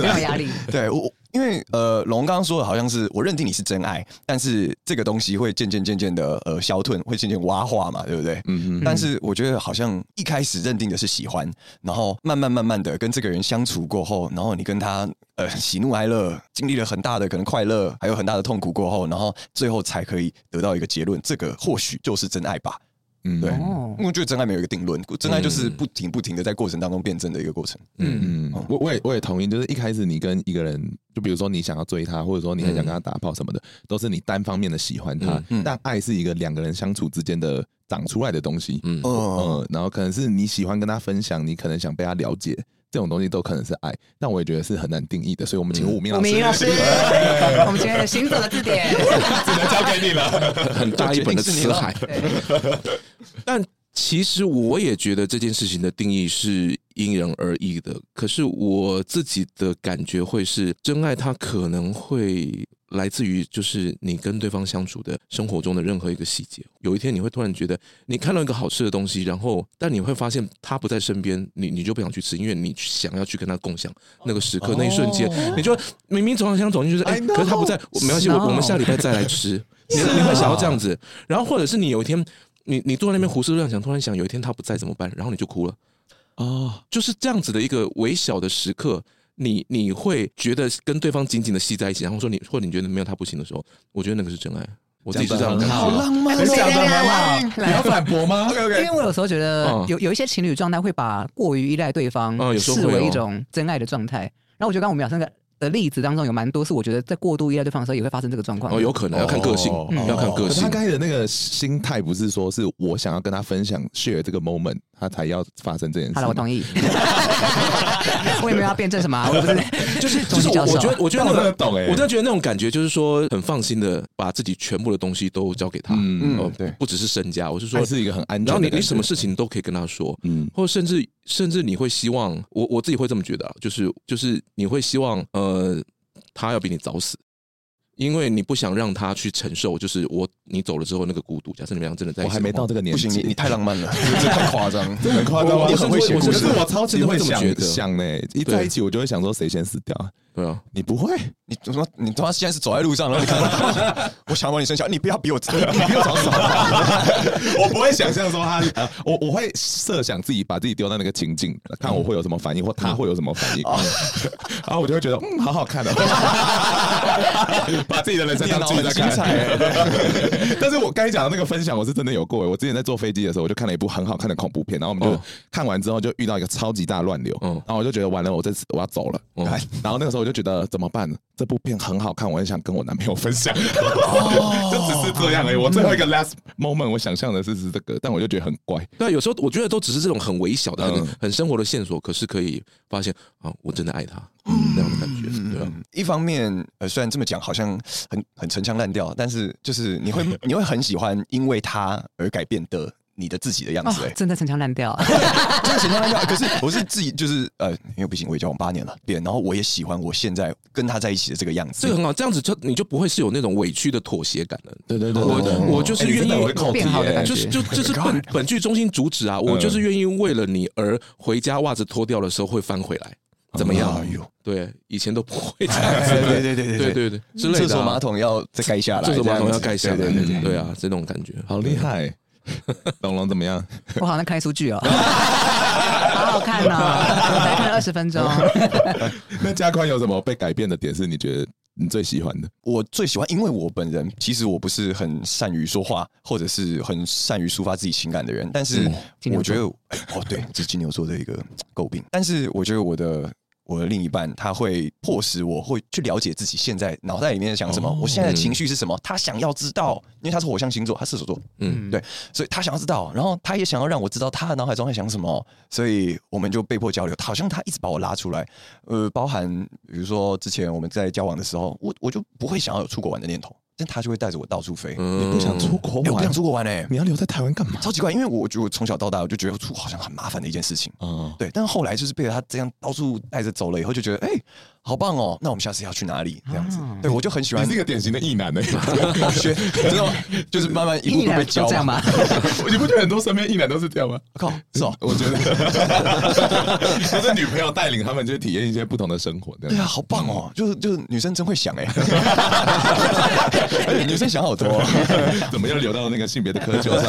没有压力。 对我，我因为呃，龙刚刚说的好像是我认定你是真爱，但是这个东西会渐渐渐渐的呃消退，会渐渐蛙化嘛，对不对？嗯但是我觉得好像一开始认定的是喜欢，然后慢慢慢慢的跟这个人相处过后，然后你跟他呃喜怒哀乐，经历了很大的可能快乐，还有很大的痛苦过后，然后最后才可以得到一个结论，这个或许就是真爱吧。嗯对哦因为我觉得真爱没有一个定论，真爱就是不停不停的在过程当中辩证的一个过程。嗯，嗯，我我也我也同意，就是一开始你跟一个人，就比如说你想要追他，或者说你很想跟他打炮什么的，都是你单方面的喜欢他。嗯但爱是一个两个人相处之间的长出来的东西。嗯哦，嗯，然后可能是你喜欢跟他分享，你可能想被他了解，这种东西都可能是爱，但我也觉得是很难定义的。所以，我们请武明我老师，们老师，我们今天的行走的字典。只能交给你了。很大一本的决定是辞你海。但其实我也觉得这件事情的定义是因人而异的。可是我自己的感觉会是，真爱它可能会来自于就是你跟对方相处的生活中的任何一个细节。有一天你会突然觉得，你看到一个好吃的东西，然后但你会发现他不在身边，你你就不想去吃，因为你想要去跟他共享那个时刻、那一瞬间，你就明明总想走进去，哎、 I 可是他不在，我没关系，我 No 啊我们下礼拜再来吃。你你会想要这样子，然后或者是你有一天你你坐在那边胡思乱想，突然想有一天他不在怎么办，然后你就哭了。哦，就是这样子的一个微小的时刻，你你会觉得跟对方紧紧的系在一起，然后说你或者你觉得没有他不行的时候，我觉得那个是真爱。我自己是这样讲得很感觉好的。浪漫你讲的很好，你要反驳吗？因为我有时候觉得嗯有有一些情侣状态会把过于依赖对方嗯有时候会视为哦一种真爱的状态，然后我觉得刚刚我们讲那个的例子当中有蛮多是我觉得在过度依赖对方的时候也会发生这个状况。哦，有可能要看个性啊哦，要看个可是他性。刚才的那个心态不是说是我想要跟他分享 share 这个 moment，他才要发生这件事好了，我吗。同意。 我也没有要辩证什么 啊，我不是就是中就医是我教授我觉得我觉得但我那真的个懂哎我真的觉得那种感觉就是说很放心的把自己全部的东西都交给他，嗯嗯哦对不只是身家，我是说说是一个很安全的然后你感觉你什么事情都可以跟他说，嗯或者甚至甚至你会希望我我自己会这么觉得、啊，就是就是你会希望呃他要比你早死，因为你不想让他去承受，就是我你走了之后那个孤独。假设你们俩真的在一我起的话，还没到这个年不纪，行，你你 太浪漫了，这太夸张，真的很夸张啊，你很会写我故可是事，我超级会真的想会这么觉得想呢，一对在一起我就会想说谁先死掉，对啊，你不会？ 你他妈你他妈现在是走在路上，然后你看到我想把你生下来，你不要比我早，你不要早死。 我不会想象说他，呃我我会设想自己把自己丢到那个情境，看我会有什么反应，或他会有什么反应，然后我就会觉得嗯，好好看的， 把自己的人生当剧在看电脑很精。 但是我刚才讲的那个分享，我是真的有过欸。我之前在坐飞机的时候，我就看了一部很好看的恐怖片，然后我们就哦看完之后就遇到一个超级大乱流，嗯然后我就觉得完了，我这次我要走了。嗯然后那个时候我就觉得怎么办？这部片很好看，我很想跟我男朋友分 享。 就只是这样而已。我最后一个 last moment，我想象的是是这个，但我就觉得很怪。对啊，有时候我觉得都只是这种很微小的、很、嗯很生活的线索，可是可以发现啊，我真的爱他、嗯那样的感觉，对啊。一方面，呃，虽然这么讲好像很很陈腔滥调，但是就是你会你会很喜欢因为他而改变的你的自己的样哦子、欸，真的陈腔滥调。真的陈腔滥调。可是我是自己就是呃，因为毕竟我也交往八年了，变，然后我也喜欢我现在跟他在一起的这个样子。这个很好，这样子就你就不会是有那种委屈的妥协感了。对对对我对对我就是哎你愿真的意会扣题变好的耶感觉就是就就是本本剧中心主旨啊，我就是愿意为了你而回家袜子脱掉的时候会翻回来，怎么样？哎呦，对，以前都不会这样子，对对对对对对对对，之类厕的所马啊。桶要再盖下来，厕所马这样桶要子盖下来，对对对对对啊，这种感觉好厉。害。龙龙怎么样？ 我好像看一出 剧哦，好好看哦，我才看了二十 分钟。那加宽有什么被改变的点是你觉得你最喜欢的？我最喜欢，因为我本人其实我不是很善于说话，或者是很善于抒发自己情感的人，但嗯是金牛我座觉得，哎哦，对，这是金牛座的一个诟病。但是我觉得我的我的另一半，他会迫使我会去了解自己现在脑袋里面在想什哦么，我现在的情绪是什么，他想要知道，因为他是火象星座，他射手座，嗯嗯，对，所以他想要知道，然后他也想要让我知道他的脑海中在想什么，所以我们就被迫交流。好像他一直把我拉出来，呃，包含比如说之前我们在交往的时候，我我就不会想要有出国玩的念头，但他就会带着我到处飞。嗯你不想出国哎我不玩想？出国玩哎、你要留在台湾干嘛？超奇怪，因为我觉得我从小到大我就觉得出国好像很麻烦的一件事情。啊，对，但后来就是被他这样到处带着走了以后，就觉得哎、好棒哦！那我们下次要去哪里？这样子，啊对我就很喜你欢是一个典型的异男欸呢。 学，知道吗就是慢慢一步依步然被就教这样嘛。吧， 你不觉得很多身边异男都是这样吗？靠，是哦，我觉得 都是女朋友带领他们去体验一些不同的生活。对对啊，好棒哦！就是就是女生真会想哎、而且 女生想好多、 哦怎么又流到那个性别的苛求上？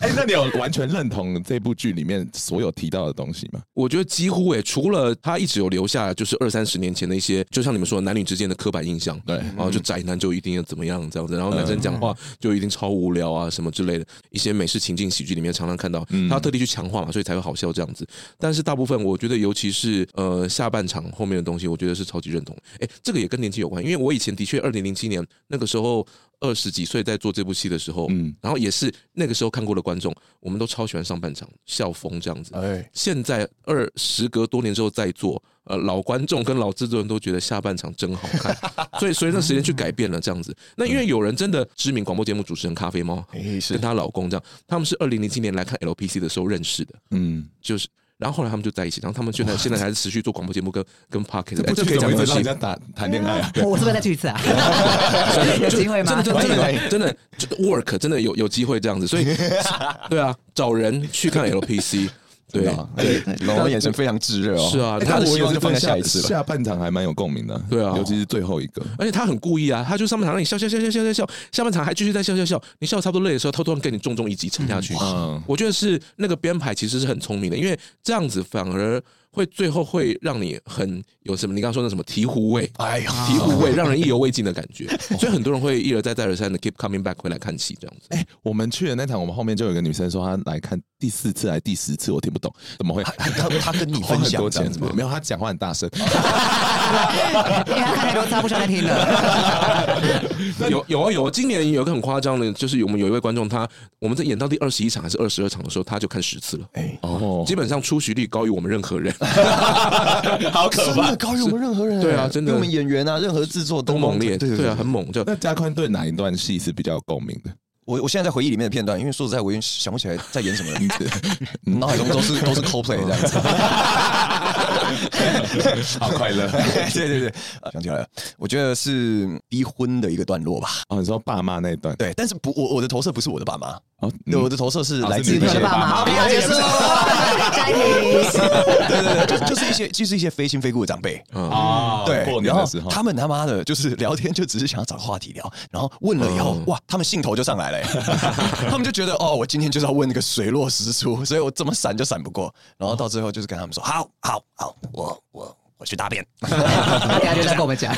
哎、那你有完全认同这部剧里面所有提到的东西吗？我觉得几乎诶、除了他一直有留下，就是二三十年前的一些，就像你们说的男女之间的刻板印象，对嗯然后就宅男就一定要怎么样这样子，然后男生讲话就一定超无聊啊什么之类的，一些美式情境喜剧里面常常看到，嗯他特地去强化嘛，所以才会好笑这样子。但是大部分我觉得，尤其是呃下半场后面的东西，我觉得是超级认同。哎，这个也跟年纪有关，因为我以前的确二零零七年那个时候二十几岁在做这部戏的时候，嗯然后也是那个时候看过的观众，我们都超喜欢上半场笑疯这嗯样子。哎，现在二时隔多年之后再做，呃，老观众跟老制作人都觉得下半场真好看，所以随着时间去改变了这样子。那因为有人真的知名广播节目主持人咖啡猫哎是跟她老公这样，他们是二零零七年来看 LPC 的时候认识的，嗯，就是。然后后来他们就在一起，然后他们现在现在还是持续做广播节目跟跟 p o c k e 这 t 哎部这可剧以怎讲么没一关直让人，系家打谈恋爱啊？我是不是再去一 次啊？ 有机会吗？真的真的真的真的就 work 真的有有机会这样子，所以对啊，找人去看 LPC。真的啊对，老王眼神非常炙热哦。是啊，哎的但他我希望也就放在对下一次吧下半场还蛮有共鸣的，对啊尤其是最后一个。而且他很故意啊，他就上半场让你笑笑笑笑笑笑笑，下半场还继续在笑笑笑，你笑得差不多累的时候，偷偷给你重重一击撑下去。嗯，我觉得是那个编排其实是很聪明的，因为这样子反而会最后会让你很有什么你刚刚说的什么醍醐味，哎呀，醍醐味让人意犹未尽的感觉，所以很多人会一而再再而三的 keep coming back 回来看戏这样子。哎我们去的那场，我们后面就有一个女生说她来看第四次来第十次，我听不懂怎么会他他跟你啊花分很享多这钱样子吗？没有，她讲话很大声。因为他看太多次，他不需要再听了。有有啊有啊，今年有一个很夸张的，就是我们有一位观众他，我们在演到第二十一场还是二十二场的时候，他就看十次了。哎哦，基本上出席率高于我们任何人， 好可怕，高于我们任何人。对啊真的比我们演员啊，任何制作都都猛烈，对对啊，很猛，就那加宽对哪一段戏是比较有共鸣 的？我我现在在回忆里面的片段，因为说实在，我已经想不起来在演什么了，脑海中都是 都是 CoPlay 这样子，好快乐。 对对对，呃想起来了，我觉得是逼婚的一个段落吧。哦，你说爸妈那一段？对，但是不，我我的投射不是我的爸妈， 哦，对，我的投射嗯啊是哦来是自女一朋友些哎的爸妈妈不要结束 了，下一 题。对对对，就就是一些就是一些非亲非故的长辈。啊，啊对，过年然的后时候，他们他妈的，就是聊天就只是想要找个话题聊，然后问了以后，嗯哇，他们兴头就上来了、欸他们就觉得哦，我今天就是要问那个水落石出，所以我怎么闪就闪不过，然后到最后就是跟他们说，好好好，我我我去大便，他等下就再跟我们 讲，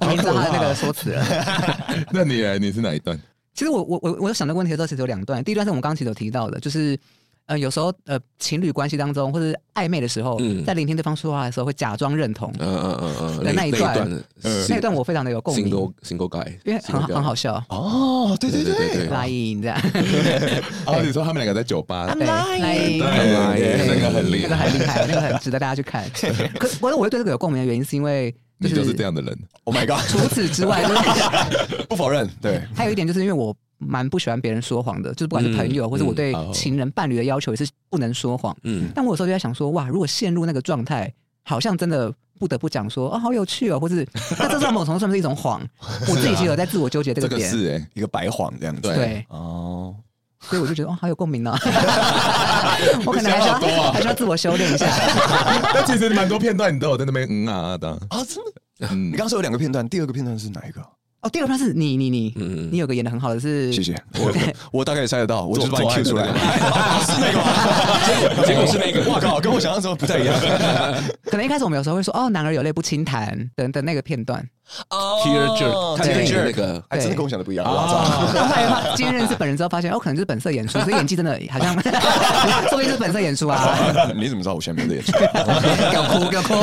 我们知道他的那个说辞了。 那你来你是哪一段？其实我我我我有想这个问题的时候，其实有两段。第一段是我们刚刚其实有提到的，就是呃有时候呃情侣关系当中或者暧昧的时候，嗯在聆听对方说话的时候会假装认同，呃嗯嗯嗯嗯，那一段段那一段我非常的有共鸣， single single guy，因为很好 single guy 很好，笑。哦，对对对对对对，拉音这样，哦，你说他们两个在酒吧，对，拉音，哎对，对那个很厉那个害，很厉害，那个很值得大家去 看。可我我会对这个有共鸣的原因，是因为你就是这样。样的人。 ，Oh my god，除此之 外，就是不否认，对，还有一点就是因为我蛮不喜欢别人说谎的，就是不管是朋友、嗯或者我对嗯情人、伴侣的要求也是不能说谎。嗯但我有时候就在想说，哇，如果陷入那个状态，好像真的不得不讲说，哦，好有趣哦，或是那这在某种程度上是一种 谎。我自己其实有在自我纠结这这个个点，是 哎，一个白谎这样子，对对，哦，所以我就觉得哦，好有共 鸣呢、我可能还需你想好多要、啊还需要自我修炼一下。那其实蛮多片段你都有在那边嗯啊啊 的啊，啊，真的，你嗯，刚刚说有两个片段，第二个片段是哪一个？哦，第二个段是你你你、嗯你有个演的很好的是，谢谢，我我大概也猜得到，我就是把你做 Q 出来做了，爱的哦是那个吗？结果是那个哇靠，跟我想象中的不太一样。可能一开始我们有时候会说哦，男儿有泪不轻弹等等那个片段，哦，tear jerk，他对演的那个还真的对跟我想的不一样，啊哇操！但后来发今天认识本人之后，发现哦，可能就是本色演出，所以演技真的好像， 说不定是本色演出啊。你怎么知道我选没的演出？ 有哭有哭，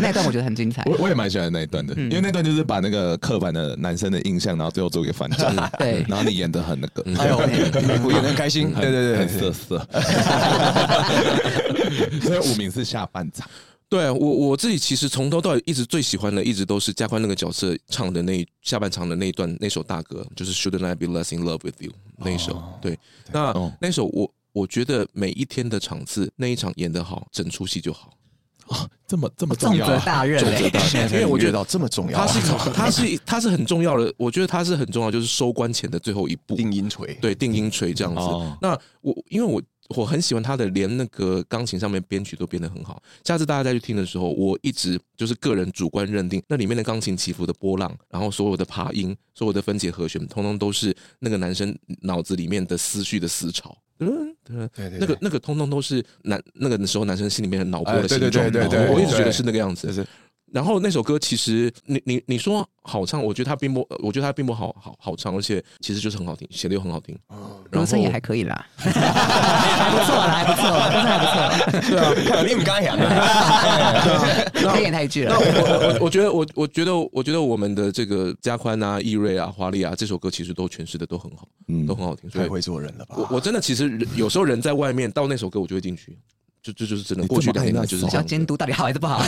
那一段我觉得很精彩。我我也蛮喜欢那一段的，因为那段就是把那个刻板的男生的印象，然后最后做一个反 转，嗯对然后你演的很那个，哎呦，我演的很开心。对对很对，色色， 所以五名是下半场，对我我自己其实从头到尾一直最喜欢的，一直都是加宽那个角色唱的那一下半场的那一段那首大歌，就是 Shouldn't I Be Less in Love with You 那一首。对，那、哦那首我我觉得每一天的场次，那一场演得好，整出戏就好。这么这么重重要责啊，大任嘞，因因为我觉得到这么重要它啊，是一场，它 是一它是很重要的，我觉得它是很重要，就是收官前的最后一步。定音锤。对，定音锤这样子。哦那我因为我我很喜欢他的，连那个钢琴上面编曲都编得很好。下次大家再去听的时候，我一直就是个人主观认定，那里面的钢琴起伏的波浪，然后所有的爬音，所有的分解和弦，通通都是那个男生脑子里面的思绪的思潮。嗯，嗯对对那个那个通通都是男那个时候男生心里面的脑波哎的对形对状，对对对对我一直觉得对是那个样子就。是然后那首歌其实你你你说好唱，我觉得它并不，呃我觉得它并不好好好唱，而且其实就是很好听，写的又很好听。嗯然罗后森也还可以啦，还不错啦，还不错，真的还不错。你们刚刚讲的，可以演泰剧了那。 我我我觉得我我觉得我觉得我们的这个加宽啊、易瑞啊、华丽啊这首歌其实都诠释的都很好，嗯都很好听。所太以会做人了吧？我我真的其实人有时候人在外面到那首歌我就会进去，就这就是只能你过去这么两年爱来那就是手这要样。监督到底好还是不 好。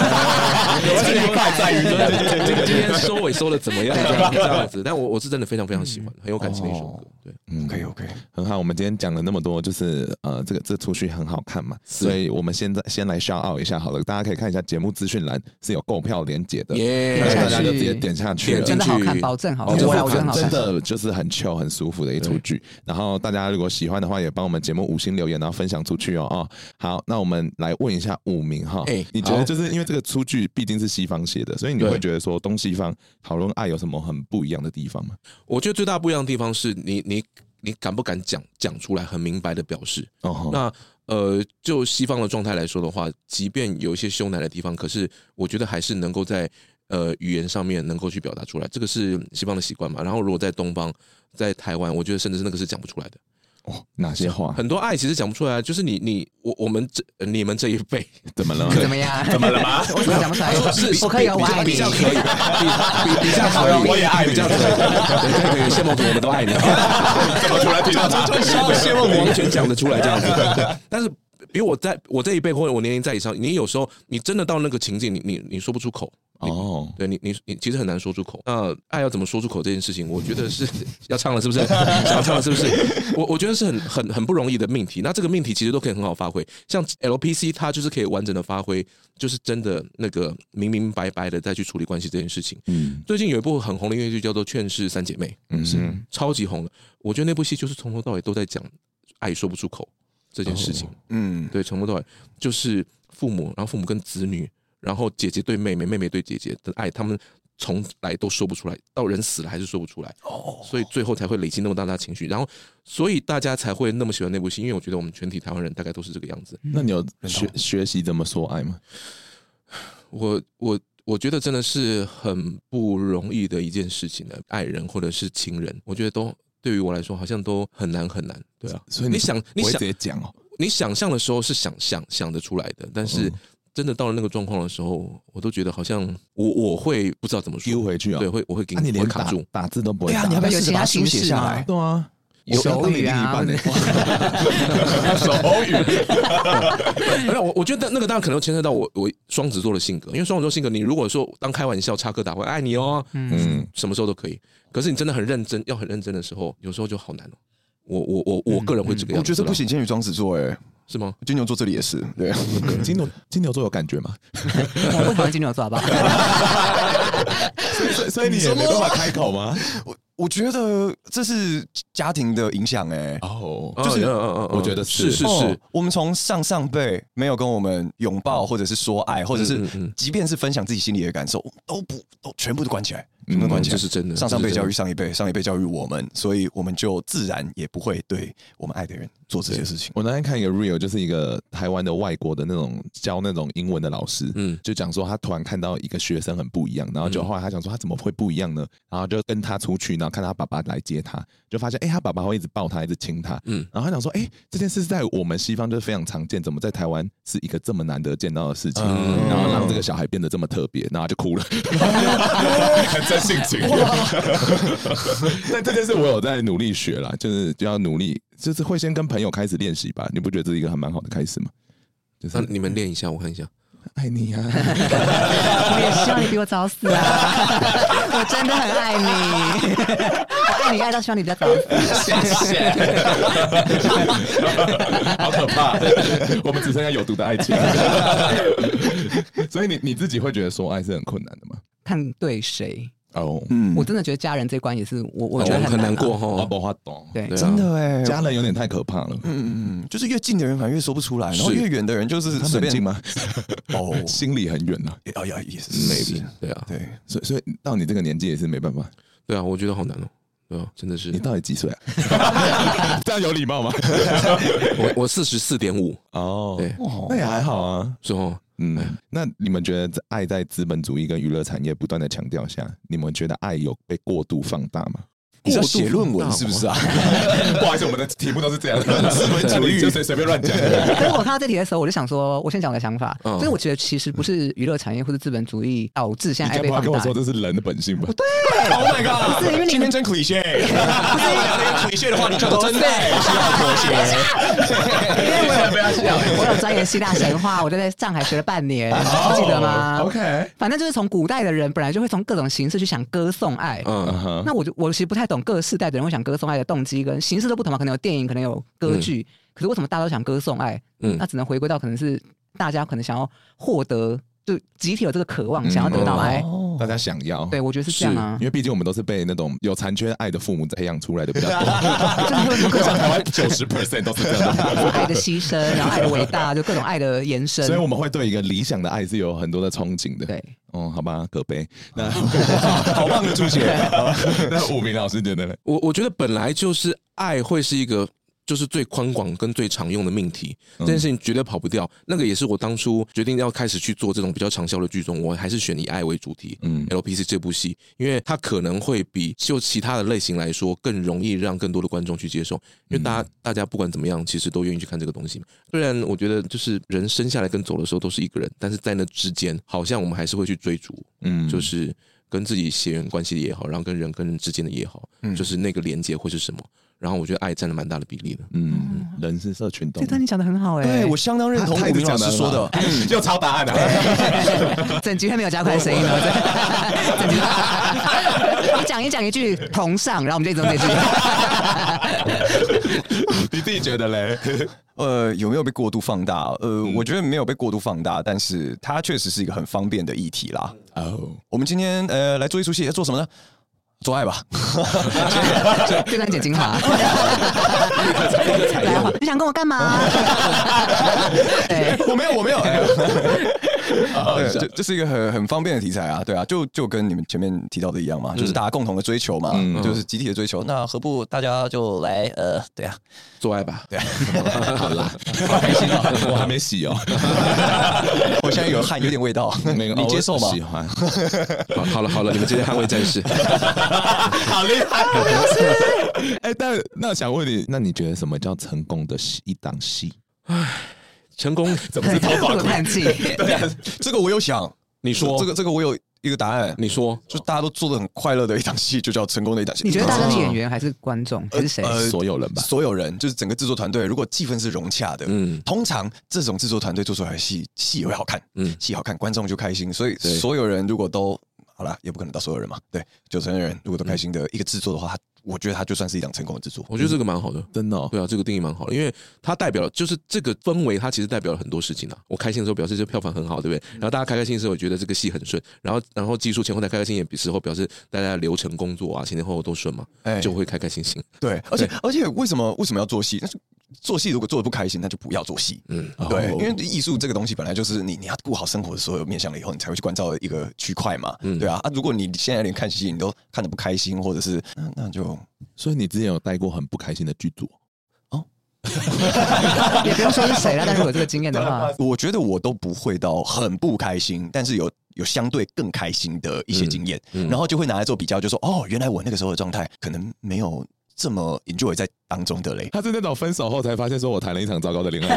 这这个个快快在在于于今今天收尾收的怎么样这样这样子，但我我是真的非常非常喜欢，很有感情的一首歌。对，嗯可以 OK，很好，我们今天讲了那么多，就是呃，这个这出剧很好看嘛，所以我们现在先来 shout out 一下好了，大家可以看一下节目资讯栏是有购票连结的，耶那点大下家就去直接点下去点了。真进的好去看，保证好看。哦我这来，好我觉得看很好真看。的就是很 chill 很舒服的一出剧。然后大家如果喜欢的话，也帮我们节目五星留言，然后分享出去哦。哦，好，那我们来问一下五名哈，哎你觉得好就是因为这个出剧毕竟是西方写的，所以你对会觉得说东西方讨论爱有什么很不一样的地方吗？我觉得最大不一样的地方是你你你敢不敢讲讲出来，很明白的表示。哦，那呃，就西方的状态来说的话，即便有一些羞赧的地方，可是我觉得还是能够在呃语言上面能够去表达出来，这个是西方的习惯嘛。然后如果在东方，在台湾，我觉得甚至是那个是讲不出来的。哦，哪些话？很多爱其实讲不出来啊，就是你你我我们这呃你们这一辈怎么了？怎么样？怎么了吗？我怎么讲不出来？我可以啊，我爱你。以，比比比较好容易我也爱你，比较可以，对这个谢梦图我们都爱你，怎么出来评论他？谢梦图完全讲得出来这样子，对但是。比我在我这一辈或者我年龄在以上，你有时候你真的到那个情境，你你你说不出口，哦，对你你你其实很难说出口。那爱要怎么说出口这件事情，我觉得是要唱了，是不 是？想要唱了，是不是？我我觉得是很很很不容易的命题。那这个命题其实都可以很好发挥，像 LPC 它就是可以完整的发挥，就是真的那个明明白白的再去处理关系这件事情。嗯最近有一部很红的音乐剧叫做《劝世三姐妹》，嗯嗯超级红的。我觉得那部戏就是从头到尾都在讲爱说不出口这件事情。嗯，对，从头到尾就是父母，然后父母跟子女，然后姐姐对妹妹，妹妹对姐姐的爱，他们从来都说不出来，到人死了还是说不出来，哦，所以最后才会累积那么大的情绪，然后所以大家才会那么喜欢那部戏，因为我觉得我们全体台湾人大概都是这个样子。嗯那你有学学习怎么说爱吗？我我我觉得真的是很不容易的一件事情呢，爱人或者是情人，我觉得都。对于我来说，好像都很难很难，对啊。所以你想，你我会想直，接讲哦。你想象的时候是想想想得出来的，但是嗯真的到了那个状况的时候，我都觉得好像我我会不知道怎么丢说，回去啊、对，会我会给那、你我连会卡打 住。打字都不会对打，啊你要不要有试着其把他它书形写式下吗来？对啊，有手语啊当你另一半呢 没有，我我觉得那个当然可能牵涉到我我双子座的性格，因为双子座性格，你如果说当开玩笑插科打诨，爱你哦，嗯，什么时候都可以。可是你真的很认真，要很认真的时候，有时候就好难哦。我我我我个人会这个样我子，觉得不行，金鱼双子座，哎，是吗？金牛座这里也是，对， 金牛金牛座有感觉吗？我不讨厌金牛座，好不好？所以所以 你也没办法开口吗？我我觉得这是家庭的影响，哎，哦，就是嗯嗯嗯嗯我觉得是是是哦是，我们从上上辈没有跟我们拥抱，或者是说爱，或者嗯是嗯嗯即便是分享自己心里的感受，都不都全部都关起来，全部都关起来。嗯这是真的上上这辈是真教的育上一辈，上一辈教育我们，所以我们就自然也不会对我们爱的人做这些事情。我那天看一个 real，就是一个台湾的外国的那种教那种英文的老师，嗯就讲说他突然看到一个学生很不一样，然后就后来他想说他怎么会不一样嗯呢？然后就跟他出去，然后看他爸爸来接他，就发现哎、诶他爸爸会一直抱他，一直亲他，嗯然后他想说哎、诶这件事是在我们西方就是非常常见，怎么在台湾是一个这么难得见到的事情？嗯然后让这个小孩变得这么特别，然后他就 哭了， 很真性情。但这件事我有在努力学啦，就是就要努力，就是会先跟朋友开始练习吧。你不觉得这是一个还蛮好的开始吗？就是那你们练一下，我看一下。爱你啊，我也希望你比我早死啊！ 我真的很爱你，我爱你爱到希望你比较早 死。好可怕！我们只剩下有毒的爱情。 所以你你自己会觉得说爱是很困难的吗？看对谁，哦，嗯我真的觉得家人这一关也是我，我哦觉得很难难啊过。我哈。不话懂，对对，啊真的哎、家人有点太可怕了。嗯嗯嗯，就是越近的人反而越说不出来，然后是越远的人就是他随们很便近吗？哦，心里很远了，啊也哦呀也是 maybe 对啊，对，所以所以到你这个年纪也是没办法。对啊，我觉得好难哦。对啊，真的是你到底几岁啊？ 这样有礼貌吗？我我四十四点五，哦对，那也还好啊。是哦。嗯，那你们觉得爱在资本主义跟娱乐产业不断的强调下，你们觉得爱有被过度放大吗？你是要写论文是不是啊？ 不好意思，我们的题目都是这样，资本主义就随随便乱讲。可是我看到这题的时候，我就想说，我先讲我的想法，嗯所以我觉得其实不是娱乐产业或者资本主义导致现你在爱该被不会放跟我大说。这是人的本性吧？ Oh my god！是因为你今天真 cliche，讲这个 cliche 的话，你就真的需要妥协。 我有钻研希腊神话，我就在上海学了半年，记得吗 OK 反正就是从古代的人本来就会从各种形式去想歌颂爱。嗯，哼那我就我其实不太懂各世代的人会想歌颂爱的动机跟形式都不同嘛，可能有电影，可能有歌剧，可是为什么大家都想歌颂爱？嗯那只能回归到可能是大家可能想要获得，就集体有这个渴望，想要得到爱。大家想要，对，我觉得是这样啊因。为毕竟我们嗯哦都是被那种有残缺爱的父母培养出来的比较多，就是各种像台湾九十 percent 都是这样的。 爱的牺牲，然后爱的伟大，就各种爱的延伸。所以我们会对一个理想的爱是有很多的憧憬的。对，哦，好吧，可悲。那好棒的注解。那武明老师觉得呢？我我觉得本来就是爱会是一个。就是最宽广跟最常用的命题，这件事情绝对跑不掉。那个也是我当初决定要开始去做这种比较长效的剧中，我还是选以爱为主题。嗯 LPC 这部戏，因为它可能会比就其他的类型来说更容易让更多的观众去接受，因为大家、大家不管怎么样，其实都愿意去看这个东西嘛。虽然我觉得就是人生下来跟走的时候都是一个人，但是在那之间，好像我们还是会去追逐，嗯就是跟自己血缘关系的也好，然后跟人跟人之间的也好，就是那个连接会是什么。然后我觉得爱占了蛮大的比例的。嗯，人是社群动这物。段你讲的很好哎、对我相当认同他吴一直明老讲师得说很好的，又抄答案了。整集还没有加快声音呢， 整整集都你讲一讲一句同上，然后我们就一直用这句。你自己觉得嘞？呃，有没有被过度放大？呃，我觉得没有被过度放大，但是它确实是一个很方便的议题啦。哦，我们今天呃来做一出戏，要做什么呢？做爱吧。 这段剪精华，来，你想跟我干嘛？对， 我没有， 我没有。哎对，是这啊这是一个很很方便的题材啊，对啊，就就跟你们前面提到的一样嘛，就是大家共同的追求嘛，嗯就是集体的追求。那何不大家就来呃，对啊，做爱吧，好啦，好开心 哦！我还没洗 哦，我现在有汗，有点味 道，那个你接受吗我？喜 欢，好好了好了，你们这些捍卫战士，好厉害，老师。哎，但那想问你，那你觉得什么叫成功的戏一档戏？成功怎么是偷我法的叹 气，这个我有想，你说这个这个我有一个答案，你说就大家都做的很快乐的一档戏，就叫成功的一档戏。嗯你觉得大家是演员还是观众还是谁？呃所有人吧？所有人就是整个制作团队，如果气氛是融洽的，嗯嗯，通常这种制作团队做出来的戏，戏也会好看，嗯嗯，戏好看，观众就开心，所以对所有人如果都好啦，也不可能到所有人嘛，对，九成的人如果都开心的一个制作的话，它我觉得它就算是一档成功的制作。我觉得这个蛮好的。真的哦，对啊，这个定义蛮好的，因为它代表了就是这个氛围，它其实代表了很多事情啊。我开心的时候表示这票房很好，对不对？然后大家开开心心的时候，也觉得这个戏很顺，然后然后技术前后台开开心心的时候，表示大家的流程工作啊前前后后都顺嘛，哎就会开开心心。对，而且而且为什么为什么要做戏？那是做戏如果做的不开心，那就不要做戏。嗯，对，哦因为艺术这个东西本来就是你你要顾好生活的所有面向了以后，你才会去关照一个区块嘛。嗯对啊，啊，如果你现在连看戏你都看的不开心，或者是那那就所以你之前有带过很不开心的剧组，。呃 也不用说是谁了，但是我有这个经验的 话，我觉得我都不会到很不开心，但是有有相对更开心的一些经验，嗯嗯然后就会拿来做比较，就说哦，原来我那个时候的状态可能没有这么 enjoy 在当中的嘞他是那种分手后才发现说我谈了一场糟糕的恋爱。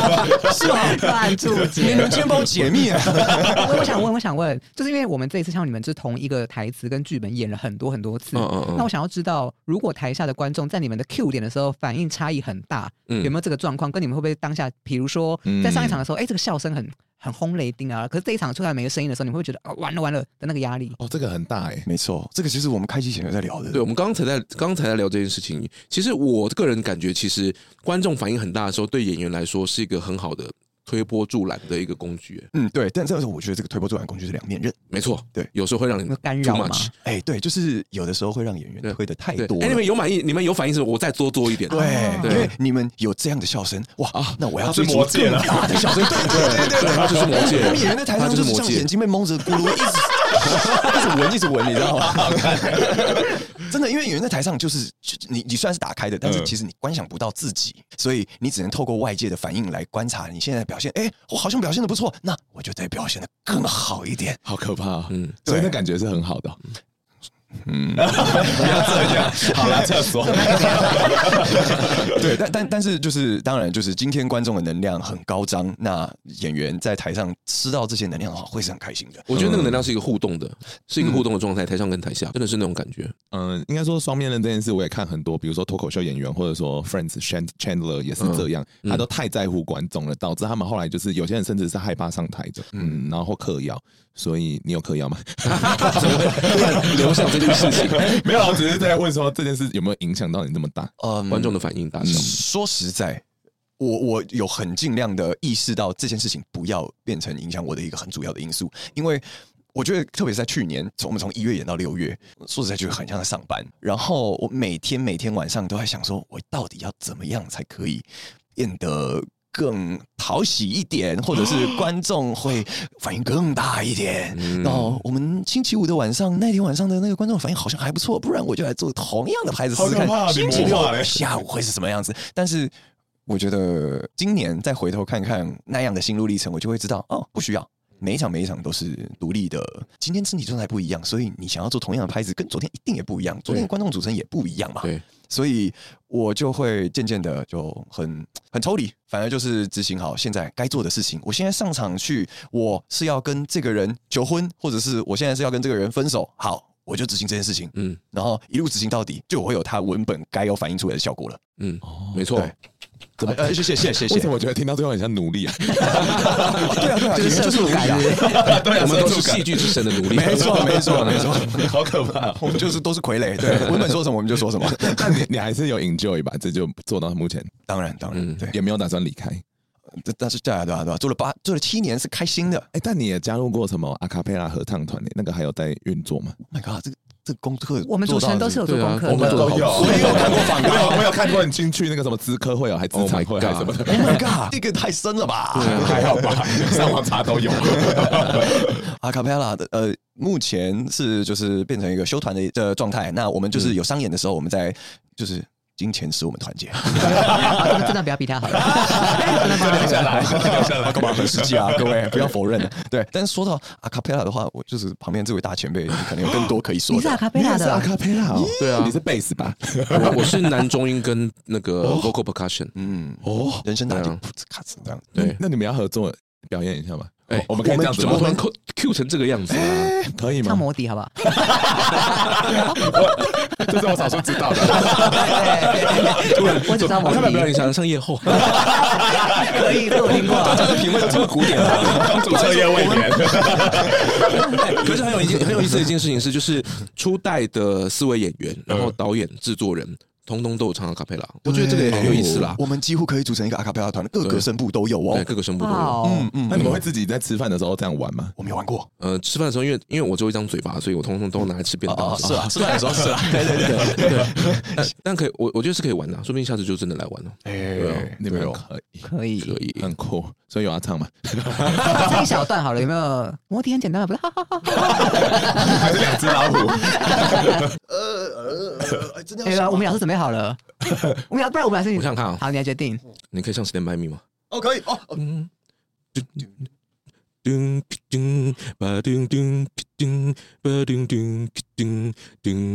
是吗？乱注 你解。们今天帮我解密啊！我我想问，我想问，就是因为我们这一次像你们就是同一个台词跟剧本演了很多很多次，嗯嗯嗯那我想要知道，如果台下的观众在你们的 Q 点的时候反应差异很大，嗯有没有这个状况？跟你们会不会当下，比如说嗯在上一场的时候，哎、这个笑声很很轰雷丁啊，可是这一场出来没有声音的时候，你们会觉得哦完了完了的那个压力？哦，这个很大哎， 没错，这个就是我们开机前有在聊的。对，我们刚才在刚才在聊这件事情，其实我个人感觉，其实观众反应很大的时候，对演员来说是一个很好的推波助澜的一个工具。嗯，对，但但是我觉得这个推波助澜工具是两面刃。没错，对有时候会让你会干扰 too 嘛 much 哎，对，就是有的时候会让演员推的太对多哎，你了。哦们有满意，你们有反应是不是我再多做一点。对，对因为你们有这样的笑声，哇，啊那我要他是追求魔戒更了大 的笑声。对对对对对，他就是魔戒我们演员在台上他就就是是魔这样，戒眼睛被蒙着咕噜，一直 一直闻，一直闻，你知道吗？ 真的，因为演员在台上就是就你，你虽然是打开的，但是嗯其实你观想不到自己，所以你只能透过外界的反应来观察你现在的表现。哎，我好像表现的不错，那我就得表现的更好一点。好可怕哦。嗯，所以那感觉是很好的哦，嗯， 这 样好啦，厕所。 对，但但但是就是当然就是今天观众的能量很高涨，那演员在台上吃到这些能量的话，会是很开心的。我觉得那个能量是一个互动的，是一个互动的状态，台上跟台下真的是那种感觉。嗯，应该说双面刃这件事，我也看很多，比如说脱口秀演员，或者说 Friends Chan- Chandler 也是这样，嗯他都太在乎观众了，导致他们后来就是有些人甚至是害怕上台的，嗯，然后嗑药。所以你有嗑 药吗？ 流向这件事情，没有啊，我只是在问说这件事有没有影响到你那么大？嗯观众的反应大小。说实在，我我有很尽量的意识到这件事情不要变成影响我的一个很主要的因素，因为。我觉得，特别是在去年，从我们从一月演到六月，说实在觉得很像在上班。然后我每天每天晚上都在想说，我到底要怎么样才可以变得更讨喜一点，或者是观众会反应更大一点。嗯嗯然后我们星期五的晚上，那天晚上的那个观众反应好像还不错，不然我就来做同样的牌子试试好可怕看，你星期魔六化嘞下午会是什么样子。但是我觉得今年再回头看看那样的心路历程，我就会知道哦，不需要。每一场每一场都是独立的，今天身体状态不一样，所以你想要做同样的拍子，跟昨天一定也不一样，昨天的观众组成也不一样嘛。对，所以我就会渐渐的就很很抽离，反而就是执行好现在该做的事情。我现在上场去，我是要跟这个人求婚，或者是我现在是要跟这个人分手，好，我就执行这件事情，嗯然后一路执行到底，就我会有他文本该有反映出来的效果了。嗯，哦没错，怎么？呃，谢谢谢谢谢谢为什。么我觉得听到最后很像奴隶 啊？对啊对啊，就演员是社就是畜努力感啊， 对我们都是戏剧之神的努力。没 错没错没错，好可怕。我们就是都是傀儡，对，文本说什么我们就说什么。但你你还是有 enjoy 吧？这就做到目前当然当然，嗯对，也没有打算离开。但但是对啊对啊对啊，做了八做了七年是开心的。哎、但你也加入过什么阿卡贝拉合唱团呢？那个还有在运作吗？ Oh my god，这个这个功课我们主持人做到都是有做对啊功课我们的都。有我也有看过访告，我有看过你进去那个什么资科会哦，还资 Oh my 产会还是什么的， Oh my god，这个太深了吧？对啊还好吧？上网 查都有。阿卡贝拉的呃，目前是就是变成一个休团的的状态。那我们嗯就是有商演的时候，我们在就是金钱使我们 团结，啊真的真的不要比他好了，真的不要比他好了。啊干嘛很实际啊？各位不要否认。对，但是说到阿卡贝拉的话，我就是旁边这位大前辈可能有更多可以说你是阿的。卡贝拉是阿的，啊卡贝拉哦，对啊你是贝斯吧？我我是男中音跟那个 vocal percussion，嗯，哦，人生打击对啊噗呲咔呲这样。对。那你们要合作表演一下吗？哎我们可以这样子怎吗么？突然 Q Q 成这个样子啊？ 可以唱吗？魔笛好不好？这是我少数知道的。突然，我只知道魔他们表笛，演想上 夜后，可以，这我听过。大家的评论都这么古 典啊！主彻夜未眠。 哎可是很有一件很有意思的一件事情是，就是初代的四位演员，然后导演、制作人，通通都有唱阿卡贝拉，我觉得这个也很有意思啦。哦我们几乎可以组成一个阿卡贝拉团，各个声部都有嗯对，哦。各个声部哇都有。哦，嗯那你们会自己在吃饭的时候这样玩吗？我没玩过呃，吃饭的时候，因为因为我只有一张嘴巴，所以我通通都拿来吃便当。是哦啊，是啊，是啊，是啊， 对对对。但但可以，我我觉得是可以玩的，啊说不定下次就真的来玩了。哦啊哎，你们可以，可以可。以，很酷，所以有要唱吗？ 唱一小段好了，有没有？魔笛很简单啊，不是？哈哈哈哈还是两只老虎？ 呃呃呃，呃真的哎要呀，想我们吗俩是准备好了，我们俩不然我们俩是我想想看啊嗯好，你来决定。你可以唱《Stand by Me》吗？哦，可以哦，哦嗯，咚咚吧咚咚咚吧咚咚咚咚咚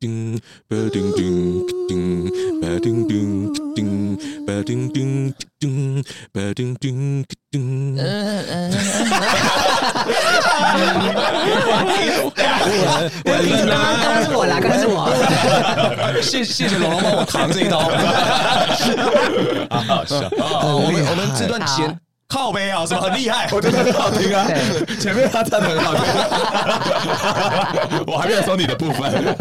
咚吧咚咚咚吧咚咚咚吧咚咚咚吧咚咚咚。刚刚刚刚是我啦，刚刚是我。谢谢谢龙龙帮我扛这一 刀。啊好笑，哦，我们我们这段前好靠背啊，什么很厉害？我觉得很好听啊对！前面他唱的很 好听，我还没有说你的部分。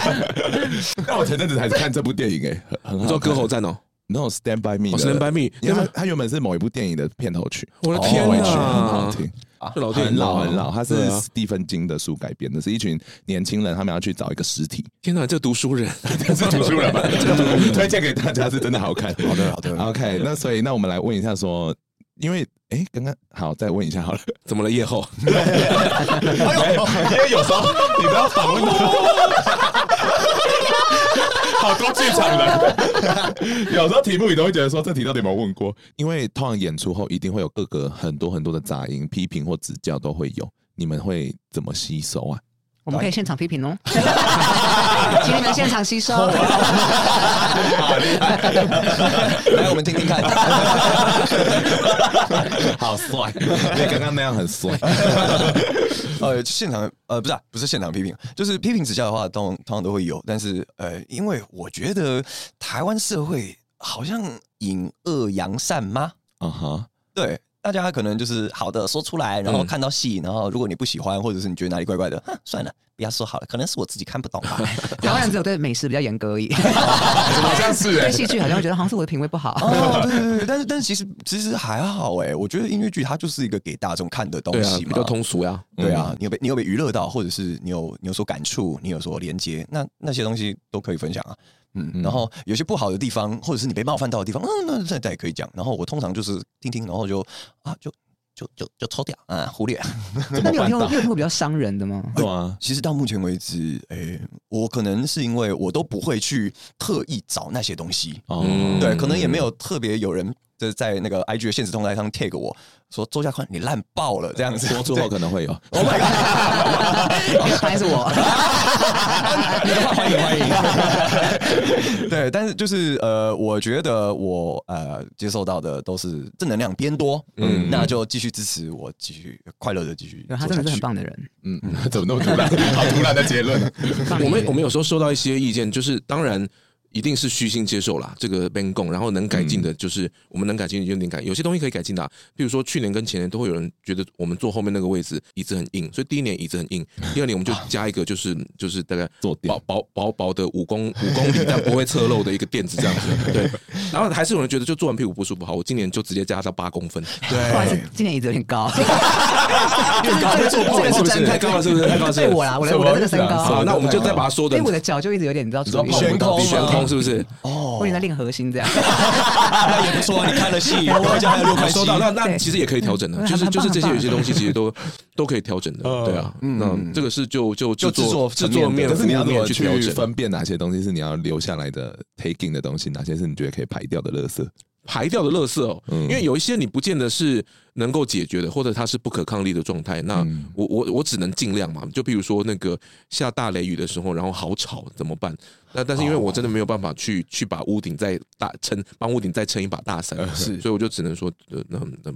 但我前阵子才看这部电影、哎，很你很知道好歌看。喉战哦，No Stand by Me，的、哦，Stand by Me 因为它它原本是某一部电影的片头曲，我的哦天片尾曲哪很好听。这老电影啊很哦老很老，它对是啊史蒂芬金的书改编的，是一群年轻人，他们要去找一个实体，天哪，这读 书人，是读书人吧？这个 推荐给大家是真的好看。好的，好的 OK，那所以那我们来问一下说，因为哎，刚刚好再问一下好了， 怎么了？夜后，因为有时候你不要访问到， 好多剧场人，有时候题目你都会觉得说这题到底有没有问过？因为通常演出后一定会有各个很多很多的杂音、批评或指教都会有，你们会怎么吸收啊？我们可以现场批评哦， 请你们现场吸 收。 好厉害！来，我们听听看。 好帅，对，刚刚那样很帅。呃，现场呃不是、啊、不是现场批评，就是批评指教的话，通通常都会有。但是呃，因为我觉得台湾社会好像引恶扬善吗？ 啊哈，对，大家可能就是好的说出来，然后看到戏，然后如果你不喜欢，或者是你觉得哪里怪怪的， 哼算了，不要说好了，可能是我自己看不懂吧。台湾人只有对美食比较严格而已，好像是欸哎对戏剧好像会觉得好像是我的品味不好。 哦，对对对，但是但是其实其实还好哎、我觉得音乐剧它就是一个给大众看的东对啊，西比嘛，较通嗯俗呀。对啊，你有被你有被娱乐到，或者是你有你有所感触，你有所连接，那那些东西都可以分享啊。嗯，然后有些不好的地方，或者是你被冒犯到的地方，嗯，那这这也可以讲。然后我通常就是听听，然后就啊，就就就就抽掉啊，忽略。 那你有听过你有听过比较伤人的吗？对啊，其实到目前为止，诶、我可能是因为我都不会去特意找那些东西，哦，嗯对，可能也没有特别有人就是在那个 IG 的现实动态上 tag 我说周家宽你烂爆了这样子，播出 后可能会有。 Oh my god！哦还是我？你的话欢迎欢迎。 对，但是就是呃，我觉得我呃接受到的都是正能量偏多，嗯，那就继续支持我，继续快乐的继续。对他真的是很。棒的人， 嗯，嗯， 怎么那么突然？好突然的结论。啊我们我们有时候收到一些意见，就是当然一定是虚心接受啦，这个 ban 供，然后能改进的，就是我们能改进的就点改，有些东西可以改进的啊、比如说去年跟前年都会有人觉得我们坐后面那个位置椅子很硬，所以第一年椅子很硬，第二年我们就加一个就是就是大概坐垫薄薄薄薄的五公五公里但不会侧漏的一个垫子这样子，对，然后还是有人觉得就坐完屁股不舒服，好，我今年就直接加到八公分，不好意思对，，今年椅子有点 高，越高会做不好，是不这个太是？高了是不是？太高了是对不我是？啦，我的我的这个身好，高，那我们就再把它缩因短为我，的脚就一直有点你知道处于你说悬碰到空地悬空是不是？我有点在练核心这样。啊也不错，你看了 戏，回家还有六块收七。到，那那对其实也可以调整的，嗯就是很就是棒这些很有棒些东西其实都 都可以调整的，对啊，那这个是就就制就制作作制层作面的面可是你要负怎面么去去调整，分辨哪些东西是你要留下来的 taking 的东西，哪些是你觉得可以排掉的垃圾？排掉的垃圾哦，因为有一些你不见得是能够解决的，或者它是不可抗力的状态，嗯那我我我只能尽量嘛，就比如说那个下大雷雨的时候，然后好吵怎么办？那但是因为我真的没有办法去去把屋顶再大撑，帮屋顶再撑一把大伞，是所以我就只能说，呃那那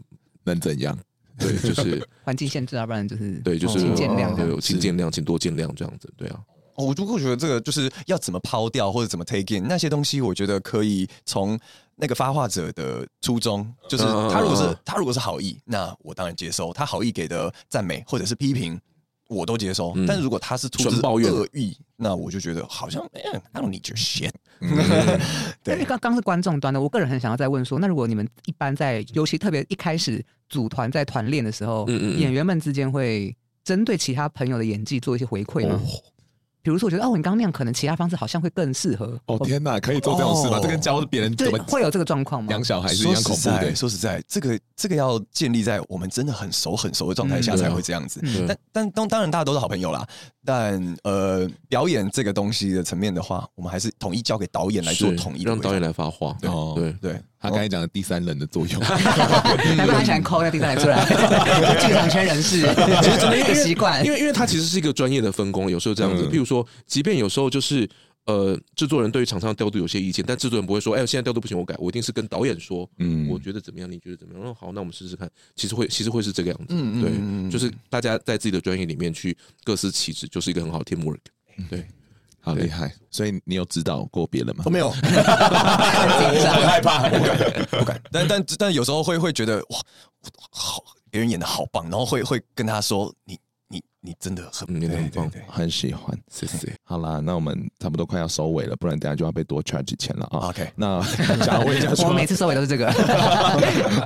能怎样？对，就是环境限制啊，不然就是对，就是请见谅这样。对，请见谅，请多见谅这样子，对啊。哦我如果觉得这个就是要怎么抛掉或者怎么 take in 那些东西，我觉得可以从那个发话者的初衷，就是嗯嗯他如果嗯是嗯他如果是好意，那我当然接收；他好意给的赞美或者是批评，我都接收。嗯但如果他是出纯自抱怨恶意，那我就觉得好像哎，I don't need your shit。嗯嗯 但是刚刚是观众端的，我个人很想要再问说，那如果你们一般在，尤其特别一开始组团在团练的时候，嗯嗯嗯演员们之间会针对其他朋友的演技做一些回馈吗？比如说，我觉得哦，你刚刚那样可能其他方式好像会更适合，哦天哪，可以做这种事吗？这跟教别人对怎么，会有这个状况吗？养小孩是一说样实恐怖的在，。说实在，这个这个要建立在我们真的很熟很熟的状态下嗯对啊才会这样子。嗯但但当当然大家都是好朋友啦，但呃，表演这个东西的层面的话，我们还是统一交给导演来做是统一的规范，让导演来发话。对哦对，对。他刚才讲的第三人的作用，难怪他喜欢抠那地方来出来，剧场圈人士一个习惯因。为因为它其实是一个专业的分工，有时候这样子。嗯譬如说，即便有时候就是呃，制作人对于场上的调度有些意见，但制作人不会说，哎，现在调度不行，我改，我一定是跟导演说，嗯我觉得怎么样，你觉得怎么样？哦，好，那我们试试看。其实会其实会是这个样子，嗯嗯嗯对，嗯就是大家在自己的专业里面去各司其职，就是一个很好的 teamwork。对，好厉害。所以你有指导过别人吗我？ 没有，我很害怕， 不敢，不敢。但但但有时候会会觉得哇，好，别人演的好棒，然后会会跟他说，你你你真的很嗯你真的很棒对对对很喜欢。谢谢。好啦，那我们差不多快要收尾了，不然等下就要被多 charge 钱了啊。 OK 那想要问一下我说，每次收尾都是这个，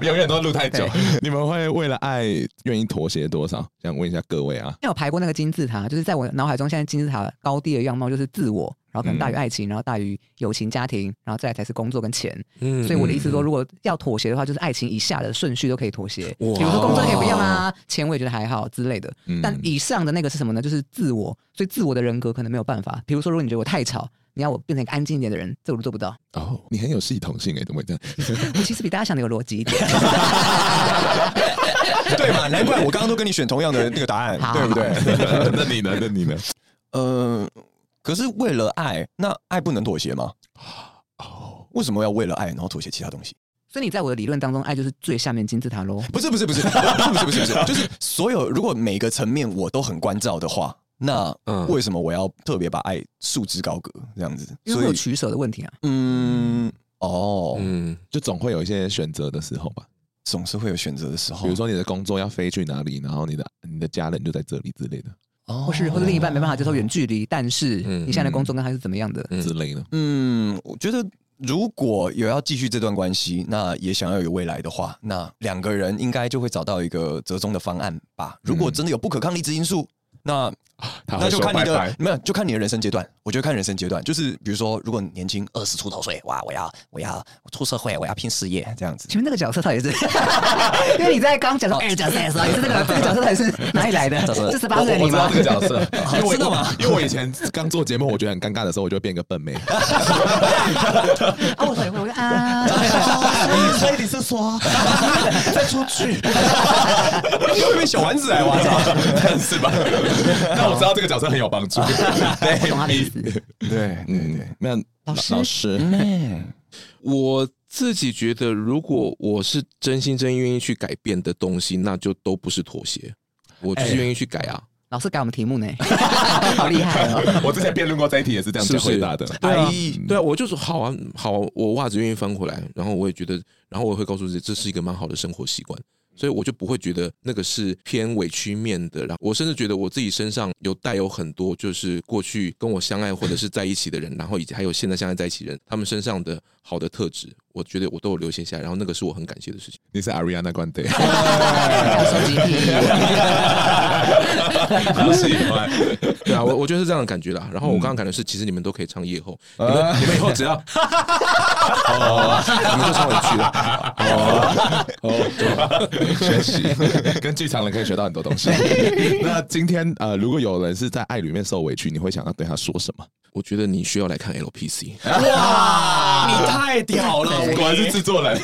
永远都录太久，你们会为了爱愿意妥协多少？想问一下各位啊。因为我排过那个金字塔，就是在我脑海中，现在金字塔高低的样貌就是自我，然后可能大于爱情，然后大于友情、家庭，然后再来才是工作跟钱。嗯所以我的意思说，如果要妥协的话，就是爱情以下的顺序都可以妥协，比哇如说工作可以不要啊，钱我也觉得还好之类的。但以上的那个是什么呢？就是自我，所以自我的人格可能没有办法。比如说，如果你觉得我太吵，你要我变成一个安静一点的人，这我都做不到。哦，你很有系统性哎，怎么会这样？我其实比大家想的有逻辑一点。 对嘛？难怪我刚刚都跟你选同样的那个答案，好对不对？ 那你呢？那你呢？呃，可是为了爱，那爱不能妥协吗？哦，为什么要为了爱然后妥协其他东西？所以你在我的理论当中，爱就是最下面金字塔喽。不是不是不是不是不是不是不是，就是所有如果每个层面我都很关照的话，那嗯为什么我要特别把爱束之高阁这样子？因为所会有以取舍的问题啊。嗯哦，嗯，就总会有一些选择的时候吧。总是会有选择的时候，比如说你的工作要飞去哪里，然后你的你的家人就在这里之类的、哦，或是或是另一半没办法接受远距离，但是嗯你现在的工作跟他是怎么样的？嗯之类的。嗯，我觉得如果有要继续这段关系，那也想要有未来的话，那两个人应该就会找到一个折中的方案吧。如果真的有不可抗力之因素，那嗯 他那会就说看你拜的拜。没有，就看你的人生阶段。我觉得看人生阶段，就是比如说，如果你年轻二十出头岁，哇，我要我要出社会，我要拼事业这样子。前面那个角色到底是？ 因为你在刚讲说二十角色的时候，你是那个这个角色到底是哪里来的？是十八岁的我你知道吗哦这？个 角色，因为我真的吗？因为我以前刚做节目，我觉得很尴尬的时候，我就会变个笨妹。啊，我腿会我就啊， 所以你是说再出 去？ 又变小丸子哎，我操！是吧？ 那我知道这个角色很有帮 助。我懂他的意思。 对对嗯对，，那老师老师，嗯，我自己觉得，如果我是真心真意愿意去改变的东西，那就都不是妥协，我就是愿意去改啊。老师改我们题目呢， 好厉害 哦！ 我之前辩论过这一题也是这样是子不是回答的。对啊哎，对啊，我就说好啊，好啊我袜子愿意翻回来，然后我也觉得，然后我也会告诉自己，这是一个蛮好的生活习惯，所以我就不会觉得那个是偏委屈面的。然后我甚至觉得我自己身上有带有很多，就是过去跟我相爱或者是在一起的人，然后以及还有现在相爱在一起的人，他们身上的好的特质，我觉得我都有留下下来，然后那个是我很感谢的事情。你是 Ariana Grande，要收集癖， 好喜欢。 对啊，我我觉得是这样的感觉啦。然后我刚刚感觉是，其实你们都可以唱夜后，你们你们以后只要，你们就唱委屈了。学习，跟剧场人可以学到很多东西。那今天呃，如果有人是在爱里面受委屈，你会想要对他说什么？我觉得你需要来看 LPC。哇，啊你太屌了，我 果然是制作人，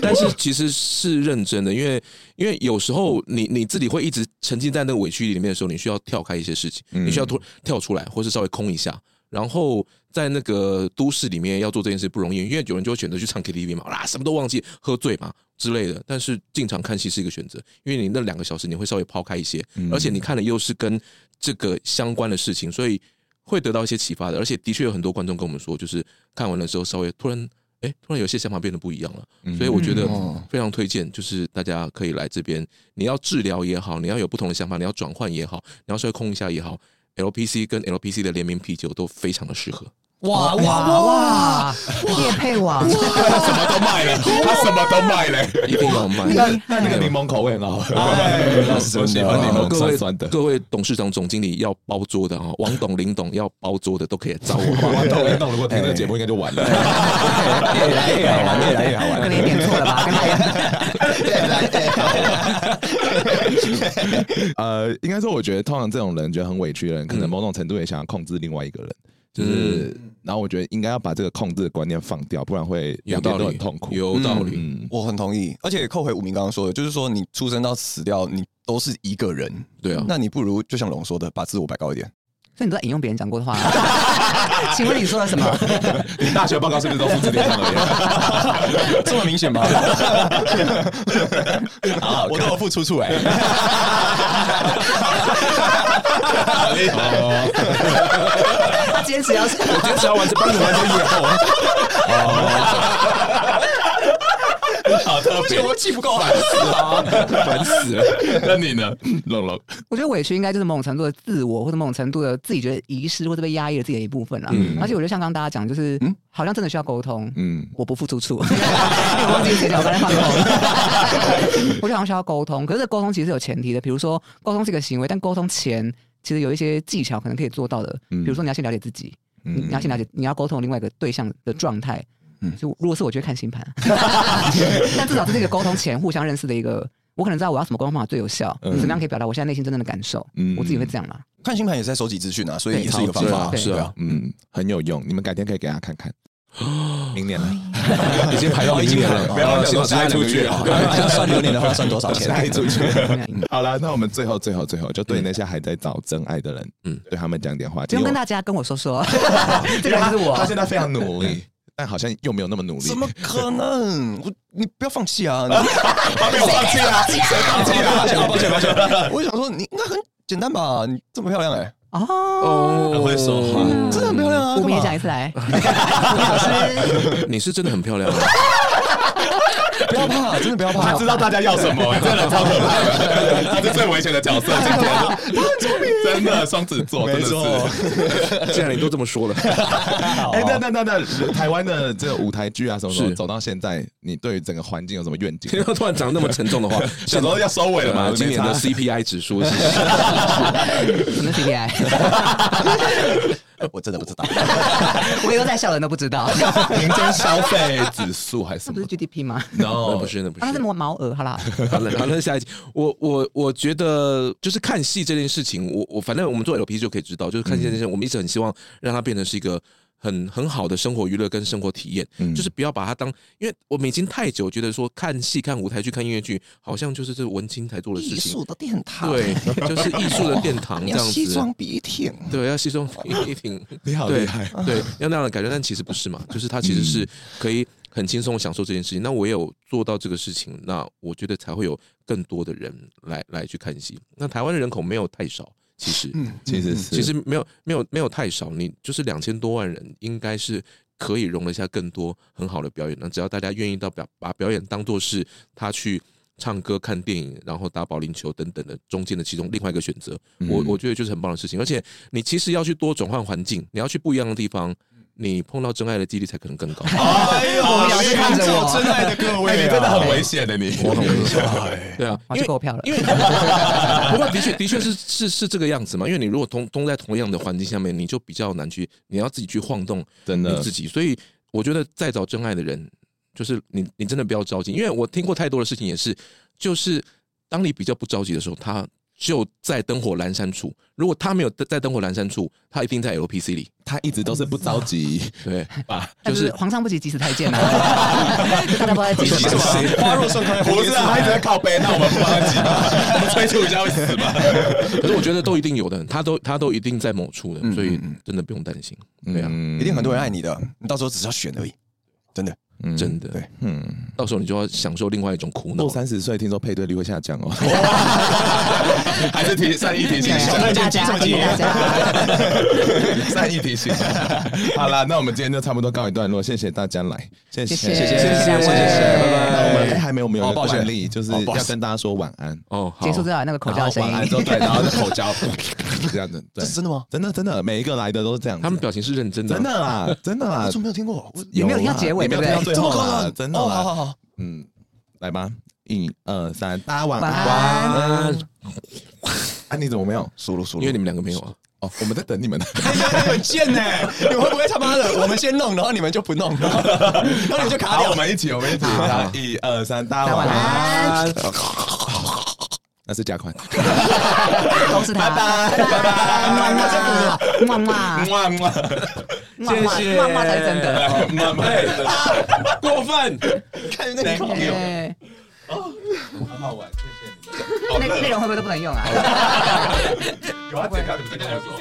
但是其实是认真的，因为因为有时候你你自己会一直沉浸在那个委屈里面的时候，你需要跳开一些事情，你需要突跳出来，或是稍微空一下。然后在那个都市里面要做这件事不容易，因为有人就会选择去唱 KTV 嘛，啊啦什么都忘记，喝醉嘛之类的。但是进场看戏是一个选择，因为你那两个小时你会稍微抛开一些，而且你看的又是跟这个相关的事情，所以会得到一些启发的。而且的确有很多观众跟我们说，就是看完了之后稍微突然。哎，突然有些想法变得不一样了，所以我觉得嗯非常推荐，就是大家可以来这边。你要治疗也好，你要有不同的想法，你要转换也好，你要稍微空一下也好，LPC 跟 LPC 的联名啤酒都非常的适合。哇哇哇，叶佩网他什么都卖了，他什么都卖了。一定要买。哎那那那个柠檬口味很好喝，那是真的我喜欢柠呃檬各位酸酸的。各位董事长、总经理要包桌的啊，王董、林董要包桌的都可以来找我。王董，林董，如果听这个节目应该就完了。越来越好玩，越来越好可玩。能也点错了吧？跟他一样， 呃，应该说，我觉得通常这种人觉得很委屈的人，可能某种程度也想要控制另外一个人，就是，然后我觉得应该要把这个控制的观念放掉，不然会有两道边都很理痛，苦。有道理。嗯，我很同意，而且扣回武明刚刚说的，就是说你出生到死掉，你都是一个人。对啊，那你不如就像龙说的，把自我摆高一点。所以你都在引用别人讲过的话。 请问你说了什么？ 你大学报告是不是都是字典上的？ 这么明显吗？啊，我都有付出出来。他坚持要是我今天只要完成帮你完成以后，好特别，我气不够啊！烦死了。那你呢， 龙龙？我觉得委屈应该就是某种程度的自我，或者某种程度的自己觉得遗失或者被压抑了自己的一部分啦。而且我觉得像刚刚大家讲，就是、好像真的需要沟通。嗯我不付出处，因 为我忘记谁讲，我刚才放空。 我觉得好像需要沟通，可是这沟通其实是有前提的，比如说沟通是一个行为，但沟通前其实有一些技巧可能可以做到的，比如说你要先了解自己，嗯你要先了解你要沟通另外一个对象的状态。嗯，就如果是我，就会看星 盘，但至少这是一个沟通前互相认识的一个。我可能知道我要什么沟通方法最有效，怎么样可以表达我现在内心真正的感受。嗯我自己会这 样啦。看星盘也是在收集资讯啊，所以也是一个方对法。啊，对是啊，， 嗯，很有用，你们改天可以给他看看。明年了，已经排到明年了， 不要先塞塞出出去去啊啊！！要算流年的话，算多少钱？塞出去。 好啦，那我们最后、最后、最后，就对那些还在找真爱的人，嗯嗯，对他们讲点话。不用跟大家跟我说说， 哎这个还是我他。现在非常努力，但好像又没有嗯那么努力。怎么可能？我你不要放弃啊！你 他没有放弃啊？谁放弃啊？抱歉抱歉抱歉，我想说你应该很简单吧？你这么漂亮哎，哦，哦，会说话嗯真的很漂亮啊！我们干也嘛讲一次 来，老师， 你是真的很漂亮啊，不要怕，真的不要怕他。知道大家要什 么，这人超可怕的， 他是最危险的角色。今天 他很聪明，真的双子座，真的是。既然你都这么说了， 哎，那那那那，台湾的这个舞台剧啊什么什么，是走到现在，你对于整个环境有什么愿景今？天突然讲那么沉重的话， 想说要收尾了嘛？呃没今年差的 CPI 指数是什么 CPI？我真的不知道，我跟有在笑的人都不知 道，民间消费指数还是什那不么是 GDP 吗？那？No，不是那不啊，那是是。毛毛额，好啦， 好了，好了，下一集，我我我觉得就是看戏这件事情，我我反正我们嗯做 LP 就可以知道，就是看戏这件事，情，我们一直很希望让它变成是一个很很好的生活娱乐跟生活体验，嗯就是不要把它当，因为我们已经太久觉得说看戏、看舞台剧、看音乐剧，好像就是这文青才做的事艺情术，的殿堂，对，就是艺术的殿堂你 这要样西子装。笔挺，对，要西装 笔挺，你好厉对害， 对，要那样的感觉，但其实不是嘛，就是他其实是可以很轻松地享受这件事情。那我也有做到这个事情，那我觉得才会有更多的人来来去看戏。那台湾的人口没有太少，其实、嗯其实是，其实没有没有没有太少，你就是两千多万人，应该是可以容得下更多很好的表演。那只要大家愿意到表把表演当做是他去。唱歌、看电影，然后打保龄球等等的中间的其中另外一个选择，我嗯我觉得就是很棒的事情。而且你其实要去多转换环境，你要去不一样的地方，你碰到真爱的几率才可能更高。嗯哎呦，我们俩是啊看着我做真爱的各位啊，你真的很危险的你。我很哎对啊，我去因为购票了。因为 不过的确的确是是是这个样子嘛，因为你如果同同在同样的环境下面，你就比较难去，你要自己去晃动真 你的自己。所以我觉得再找真爱的人，就是你你真的不要着急，因为我听过太多的事情也是，就是当你比较不着急的时候，他。就在灯火阑珊处。如果他没有在灯火阑珊处，他一定在 LPC 里。他一直都是不着急， 对，但是皇上不急，急死太 监啊！大家不知道在急什么。花若盛开，不是啊，他一直在靠背，那我们不着急吧，我们催促一下会死吧。可是我觉得都一定有的，他都他都一定在某处的，嗯所以嗯嗯嗯真的不用担心。嗯对啊， 一定很多人爱你的，你到时候只是要选而已，真的。人真的。嗯对嗯，到时候你就要享受另外一种苦恼过。三十岁，听说配对率会下降 哦。还是提善意提醒一 下，大家，谢谢大家。善意提醒。 好啦，那我们今天就差不多告一段落，谢谢大家来，谢谢谢谢谢谢谢谢，那我们哎还没有我们有一哦个抱歉惯例，就是哦不好意要思跟大家说晚安，哦，好结束之后那个口然 罩后的声晚安音之，后对，然后口交 这样子，这对是，真的吗？真的真的，每一个来的都是这样子，他们表情是认真的，啊真的啦，真 的啦我，怎么没有听过？我你没有听到啦结尾你没有对听怎么不对到最后可啦能？，真的哦，好好啦，好。嗯，来吧，一二三，大家晚晚安。安。啊，啊，你怎么没有？输了输因为你们两个没有啊。哦，我们在等你们呢。哎你们贱呢？你会不会他妈的？我们先弄，然后你们就不弄，然后你们就卡好，掉我。们一 起，我们一起，啊来，一二三，大家晚大家晚安安。 那是加 宽。都是他。拜拜，么么么哇哇，么么么才是真的。妈妈，过分，看那个对，很好玩，谢谢你。内内容会不会都不能用啊？ 有啊，剪掉你们再跟我说。